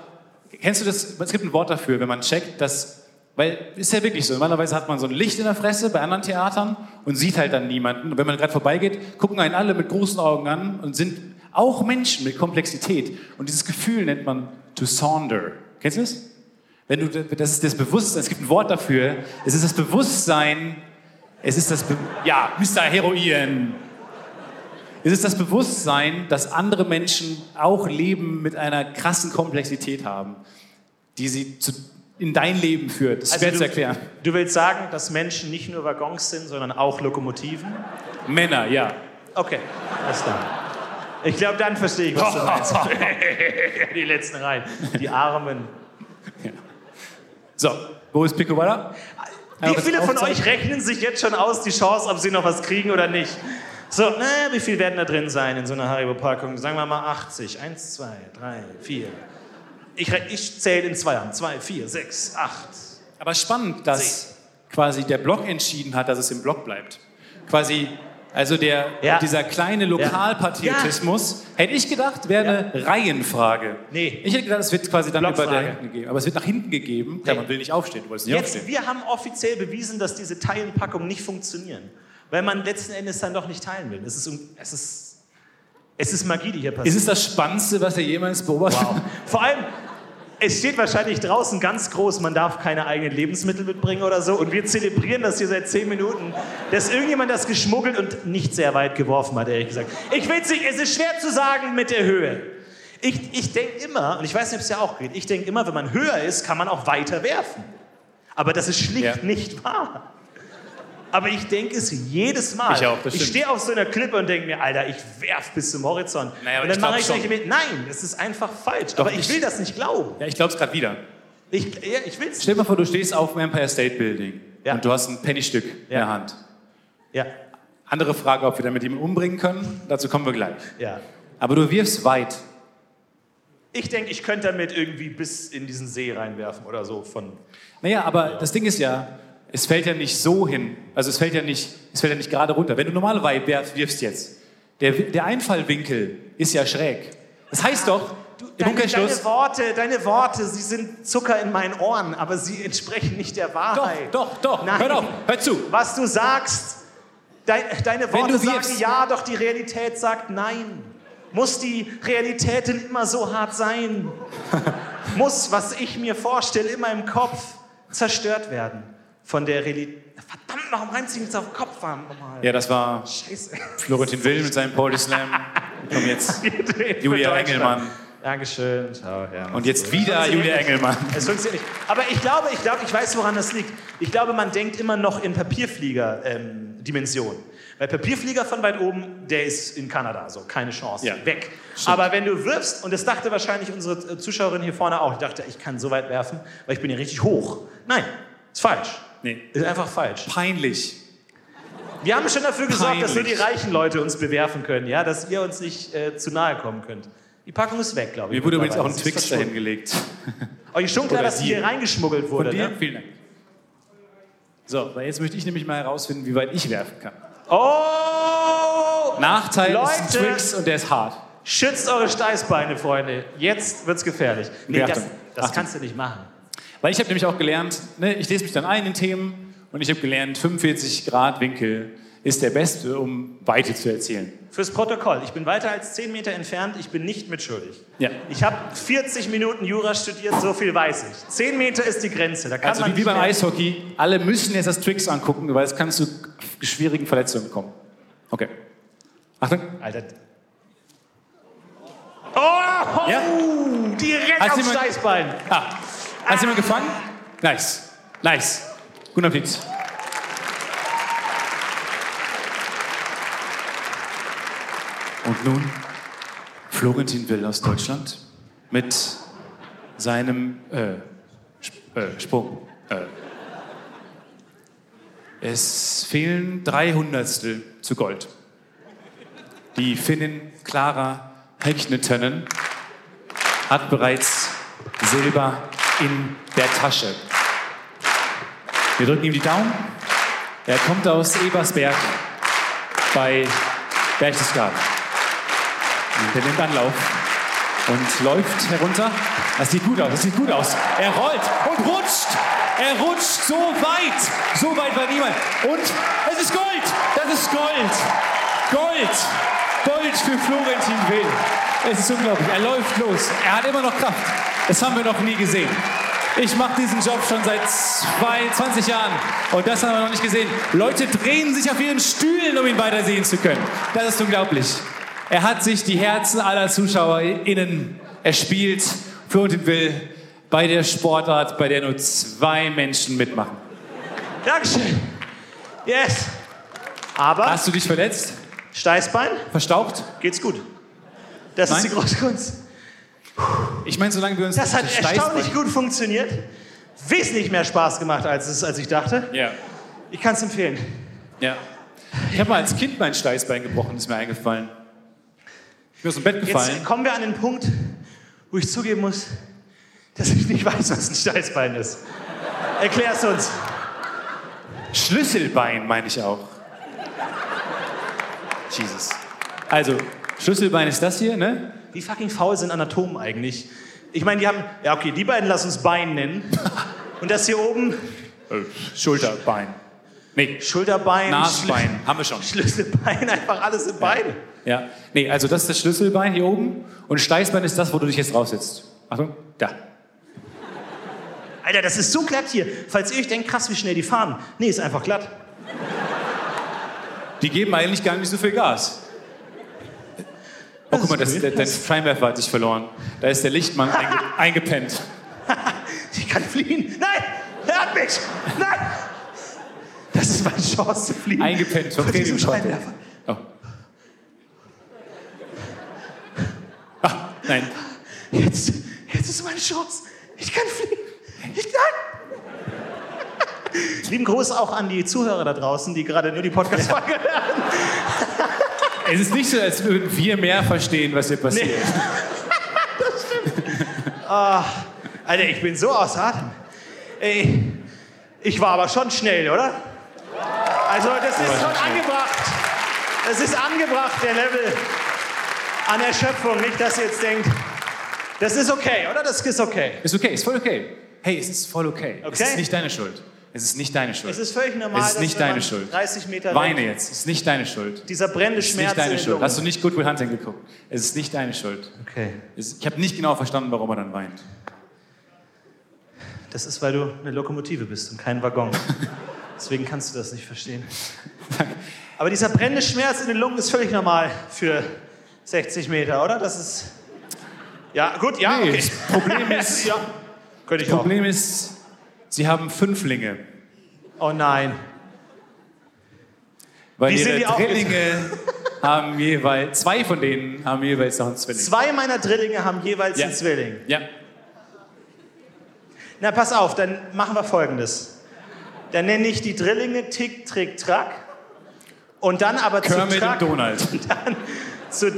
kennst du das? Es gibt ein Wort dafür, wenn man checkt, dass. Weil ist ja wirklich so. Normalerweise hat man so ein Licht in der Fresse bei anderen Theatern und sieht halt dann niemanden. Und wenn man gerade vorbeigeht, gucken einen alle mit großen Augen an und sind auch Menschen mit Komplexität. Und dieses Gefühl nennt man to saunder. Kennst du das? Wenn du, das ist das Bewusstsein, es gibt ein Wort dafür. Es ist das Bewusstsein, es ist das, Be ja, Mr. Heroin. Es ist das Bewusstsein, dass andere Menschen auch Leben mit einer krassen Komplexität haben, die sie zu, in dein Leben führt. Das ist schwer Also du, zu erklären. Du willst sagen, dass Menschen nicht nur Waggons sind, sondern auch Lokomotiven? Männer, ja. Okay, alles klar. Ich glaube, dann verstehe ich, was du meinst. die letzten Reihen. Die Armen. So, wo ist Picoballa? Wie viele von euch rechnen sich jetzt schon aus, die Chance, ob sie noch was kriegen oder nicht? So, na, wie viel werden da drin sein in so einer Haribo-Packung? Sagen wir mal 80. Eins, zwei, drei, vier. Ich, re- ich zähle in zwei an. Zwei, vier, sechs, acht. Aber spannend, dass quasi der Block entschieden hat, dass es im Block bleibt. Quasi, also der, Ja. dieser kleine Lokalpatriotismus, hätte ich gedacht, wäre eine Reihenfrage. Nee. Ich hätte gedacht, es wird quasi dann über der Blockfrage. hinten gegeben. Aber es wird nach hinten gegeben. Klar, Nee. man will nicht aufstehen, du wolltest nicht Jetzt, aufstehen. wir haben offiziell bewiesen, dass diese Teilenpackungen nicht funktionieren. Weil man letzten Endes dann doch nicht teilen will. Es ist, un- es ist, es ist Magie, die hier passiert. Ist es das Spannendste, was ihr jemals beobachtet Wow. Vor allem, es steht wahrscheinlich draußen ganz groß, man darf keine eigenen Lebensmittel mitbringen oder so. Und wir zelebrieren das hier seit zehn Minuten, dass irgendjemand das geschmuggelt und nicht sehr weit geworfen hat, ehrlich gesagt. Ich will es nicht, es ist schwer zu sagen mit der Höhe. Ich, ich denke immer, und ich weiß nicht, ob es ja auch geht, ich denke immer, wenn man höher ist, kann man auch weiter werfen. Aber das ist schlicht Ja. nicht wahr. Aber ich denke es jedes Mal. Ich auch, das stimmt. stehe auf so einer Klippe und denke mir, Alter, ich werf bis zum Horizont. Naja, aber und dann ich mache glaub ich schon. solche Mit. Nein, es ist einfach falsch. aber ich, ich- will das nicht glauben. Ja, ich glaube es gerade wieder. Ich, ja, ich will es nicht. Stell dir mal vor, du stehst auf dem Empire State Building Ja. und du hast ein Pennystück in Ja. der Hand. Ja, Andere Frage, ob wir damit jemanden umbringen können, dazu kommen wir gleich. ja. Aber du wirfst weit. Ich denke, ich könnte damit irgendwie bis in diesen See reinwerfen oder so von. Naja, aber das Ding ist ja, es fällt ja nicht so hin. Also es fällt ja nicht, es fällt ja nicht gerade runter. Wenn du normal wei- werf- wirfst jetzt, der, der Einfallwinkel ist ja schräg. Das heißt doch, im Deine, Umkehrschluss, deine Worte, deine Worte, sie sind Zucker in meinen Ohren, aber sie entsprechen nicht der doch, Wahrheit. doch, doch, Nein. hör auf, hör zu. Was du sagst, dein, deine Worte du sagen wirkst- ja, doch die Realität sagt nein. Muss die Realität denn immer so hart sein? Muss, was ich mir vorstelle, immer im Kopf zerstört werden von der Realität? Verdammt, warum reimt sie jetzt auf Kopf an? Nochmal. Ja, das war Scheiße. Florentin Will mit seinem Poetry Slam. Komm jetzt, Julia Engelmann. Dankeschön. Ciao, ja. Und jetzt wieder Julia Engelmann. Es funktioniert nicht. Aber ich glaube, ich glaube, ich weiß, woran das liegt. Ich glaube, man denkt immer noch in Papierflieger-Dimensionen. Weil Papierflieger von weit oben, der ist in Kanada, so keine Chance, Ja. weg. Aber wenn du wirfst, und das dachte wahrscheinlich unsere äh, Zuschauerin hier vorne auch, ich dachte, ich kann so weit werfen, weil ich bin ja richtig hoch. Nein, ist falsch. Nee. Ist einfach falsch. Peinlich. Wir haben schon dafür gesorgt, dass nur die Peinlich. reichen Leute uns bewerfen können, ja, dass ihr uns nicht äh, zu nahe kommen könnt. Die Packung ist weg, glaube ich. Mir wurde übrigens auch mittlerweile. ein Sie ist Oh, verschwunden. Twix dahin gelegt. Euch ist schon klar, Oder dass die die. hier reingeschmuggelt wurde, Von dir? ne? Vielen Dank. So, weil jetzt möchte ich nämlich mal herausfinden, wie weit ich werfen kann. Oh! Nachteil ist ein Leute! Twix und der ist hart. Schützt eure Steißbeine, Freunde. Jetzt wird's gefährlich. Nee, Okay, das, Achtung. das Achtung. kannst du nicht machen. Weil ich habe nämlich auch gelernt, ne, ich lese mich dann ein in Themen und ich habe gelernt, 45 Grad Winkel ist der beste, um Weite zu erzielen. Fürs Protokoll, ich bin weiter als 10 Meter entfernt, ich bin nicht mitschuldig. Ja. Ich habe 40 Minuten Jura studiert, so viel weiß ich. 10 Meter ist die Grenze, da kann Also man wie, wie nicht beim mehr- Eishockey, alle müssen jetzt das Twix angucken, weil es kann zu schwierigen Verletzungen kommen. Okay. Achtung. Alter. Oh! Ja? Direkt Hat aufs jemand- Steißbein. Ah. Hat jemand gefangen? Nice. Nice. Guten Appetit. Und nun Florentin Will aus Deutschland mit seinem äh, Sp äh, Sprung. Äh. Es fehlen drei Hundertstel zu Gold. Die Finnin Clara Häcknetönnen hat bereits Silber in der Tasche. Wir drücken ihm die Daumen. Er kommt aus Ebersberg bei Berchtesgaden. Und er nimmt Anlauf und läuft herunter. Das sieht gut aus, das sieht gut aus. Er rollt und rutscht. Er rutscht so weit. So weit war niemand. Und es ist Gold. Das ist Gold. Gold. Gold für Florentin Will. Es ist unglaublich. Er läuft los. Er hat immer noch Kraft. Das haben wir noch nie gesehen. Ich mache diesen Job schon seit zwei, 20 Jahren und das haben wir noch nicht gesehen. Leute drehen sich auf ihren Stühlen, um ihn weitersehen zu können. Das ist unglaublich. Er hat sich die Herzen aller ZuschauerInnen erspielt. Florentin Will bei der Sportart, bei der nur zwei Menschen mitmachen. Dankeschön. Yes. Aber Hast du dich verletzt? Steißbein, Verstaucht? geht's gut. Das Nein. ist die große Kunst. Ich meine, solange wir uns Das hat nicht erstaunlich gut funktioniert. Wesentlich mehr Spaß gemacht, als, es, als ich dachte. Ja. Ich kann es empfehlen. Ja. Ich habe mal als Kind mein Steißbein gebrochen, ist mir eingefallen. Ich bin aus dem Bett Jetzt gefallen. kommen wir an den Punkt, wo ich zugeben muss, dass ich nicht weiß, was ein Steißbein ist. Erklär's uns. Schlüsselbein meine ich auch. Jesus. Also, Schlüsselbein ist das hier, ne? Wie fucking faul sind Anatomen eigentlich? Ich meine, die haben. Ja, okay, die beiden lass uns Bein nennen. Und das hier oben, Schulterbein. Nee, Schulterbein, Nasenbein. Haben wir schon. Schlü- Schlüsselbein, einfach alles in Beine. Ja. Nee, also das ist das Schlüsselbein hier oben. Und Steißbein ist das, wo du dich jetzt raussetzt. Achtung, da. Alter, das ist so glatt hier. Falls ihr euch denkt, krass, wie schnell die fahren. Nee, ist einfach glatt. Die geben eigentlich gar nicht so viel Gas. Oh, guck mal, das, der, dein Scheinwerfer hat dich verloren. Da ist der Lichtmann einge eingepennt. Ich kann fliehen. Nein! Hört mich! Nein! Das ist meine Chance zu fliehen. Eingepennt vom Von diesem Premium-Shot. Scheinwerfer. Oh. Ah, nein. Jetzt, jetzt ist meine Chance. Ich kann fliehen. Ich, nein! Lieben Gruß auch an die Zuhörer da draußen, die gerade nur die Podcast-Folge hören. Es ist nicht so, als würden wir mehr verstehen, was hier passiert. Alter, ich bin so außer Atem. Ey, ich war aber schon schnell, oder? Also das ist schon angebracht. Das ist angebracht, der Level an Erschöpfung. Nicht, dass ihr jetzt denkt, das ist okay, oder? Das ist okay. Ist okay, ist voll okay. Hey, es ist voll okay. Es Okay? ist nicht deine Schuld. Es ist nicht deine Schuld. Es ist völlig normal, Es ist dass nicht wenn deine man Schuld. 30 Meter Weine rennt, jetzt. Es ist nicht deine Schuld. dieser brennende Es ist Schmerz nicht deine in den Schuld. Lungen. Hast du nicht Goodwill Hunting geguckt? Es ist nicht deine Schuld. Okay. Es- Ich habe nicht genau verstanden, warum er dann weint. Das ist, weil du eine Lokomotive bist und kein Waggon. Deswegen kannst du das nicht verstehen. Aber dieser brennende Schmerz in den Lungen ist völlig normal für 60 Meter, oder? Das ist. Ja, gut, ja, Nee, okay. das Problem ist- ja, könnte ich Das Problem ist, sie haben Fünflinge. auch. Oh nein. Weil Die sind ihre ja auch- Drillinge haben jeweils, zwei von denen haben jeweils noch einen Zwilling. Zwei meiner Drillinge haben jeweils Ja. einen Zwilling. Ja. Na, pass auf, dann machen wir folgendes: Dann nenne ich die Drillinge Tick, Trick, Track. Und dann aber zu Kermit Track. und Donald. dann zu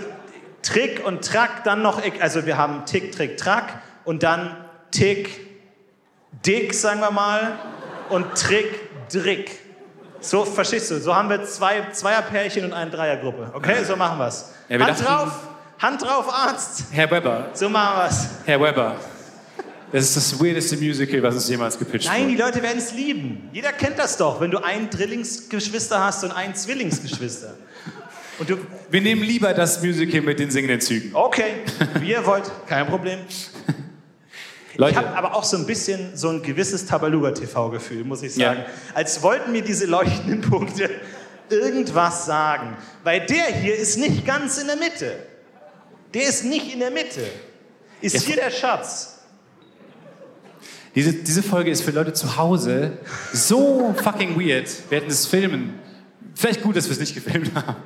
Trick und Track, dann noch, also wir haben Tick, Trick, Track und dann Tick, Dick, sagen wir mal, und Trick, Drick. So, verstehst du, so haben wir zwei Zweierpärchen und eine Dreiergruppe. Okay, so machen wir's. Ja, wir Hand dachten- drauf, Hand drauf, Arzt, Herr Weber, so machen wir's. Herr Weber. Das ist das weirdeste Musical, was uns jemals gepitcht Nein, die wurde. Leute werden es lieben. Jeder kennt das doch, wenn du einen Drillingsgeschwister hast und einen Zwillingsgeschwister. Und du, Wir nehmen lieber das Musical mit den singenden Zügen. okay, wie ihr wollt, kein Problem. Ich habe Leute, aber auch so ein bisschen so ein gewisses Tabaluga-TV-Gefühl, muss ich sagen. Ja. Als wollten mir diese leuchtenden Punkte irgendwas sagen. Weil der hier ist nicht ganz in der Mitte. Der ist nicht in der Mitte. Ist hier der Schatz. diese, diese Folge ist für Leute zu Hause so fucking weird. Wir hätten es filmen. Vielleicht gut, dass wir es nicht gefilmt haben.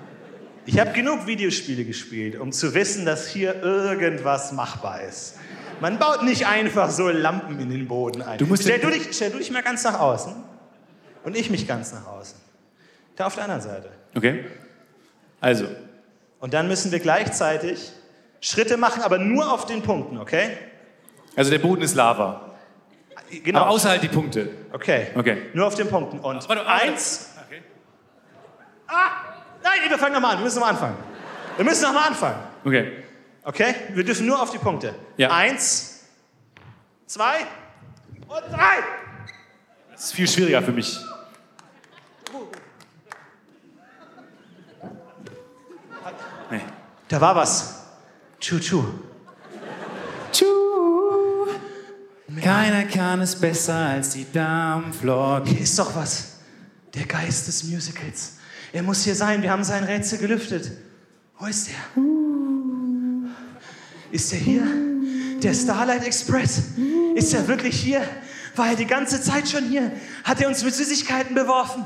Ich habe genug Videospiele gespielt, um zu wissen, dass hier irgendwas machbar ist. Man baut nicht einfach so Lampen in den Boden ein. Du musst stell, du den- dich, stell du dich mal ganz nach außen und ich mich ganz nach außen. Da auf der anderen Seite. Okay? Also, Und dann müssen wir gleichzeitig Schritte machen, aber nur auf den Punkten, okay? also der Boden ist Lava. Genau. Aber außerhalb die Punkte. okay. Okay. Nur auf den Punkten. Und Warte, warte. eins. Ah! Nein, wir fangen nochmal an. Wir müssen nochmal anfangen. Wir müssen nochmal anfangen. Okay. Okay? Wir dürfen nur auf die Punkte. Ja. Eins, zwei und drei. Das ist viel schwieriger für mich. Nee. Da war was. Tschu-tschu. Tschu. Keiner kann es besser als die Dampflok. Hier ist doch was. Der Geist des Musicals. Er muss hier sein. Wir haben sein Rätsel gelüftet. Wo ist er? Ist er hier? Der Starlight Express? Ist er wirklich hier? War er die ganze Zeit schon hier? Hat er uns mit Süßigkeiten beworfen?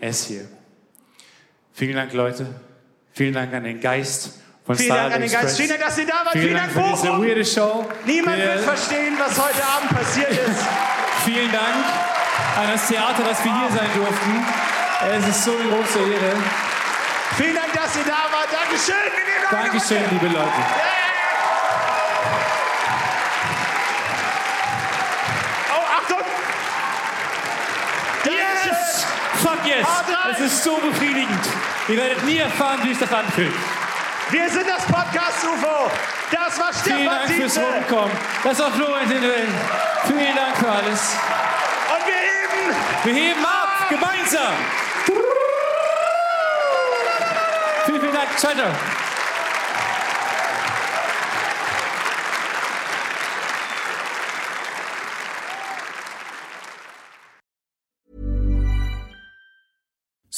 Er ist hier. Vielen Dank, Leute. Vielen Dank an den Geist von Vielen Starlight Dank an den Express. Geist. Vielen Dank, dass ihr da wart. Vielen Dank für diese Bochum. weirde Show. Niemand Wir- wird verstehen, was heute Abend passiert ist. Vielen Dank an das Theater, dass wir hier sein durften. Es ist so eine große Ehre. Vielen Dank, dass ihr da wart. Dankeschön. Wir nehmen noch eine Dankeschön, liebe Leute. Runde. Oh, Achtung! Yes! Fuck yes! H3! Es ist so befriedigend. Ihr werdet nie erfahren, wie sich das anfühlt. Wir sind das Podcast UFO. Das war Vielen Stefan Dank fürs Tietze. Und Rumkommen. Das war Florian Hinwell. Vielen Dank für alles. wir heben. Wir heben ab, gemeinsam. Vielen, vielen Dank. Ciao, ciao.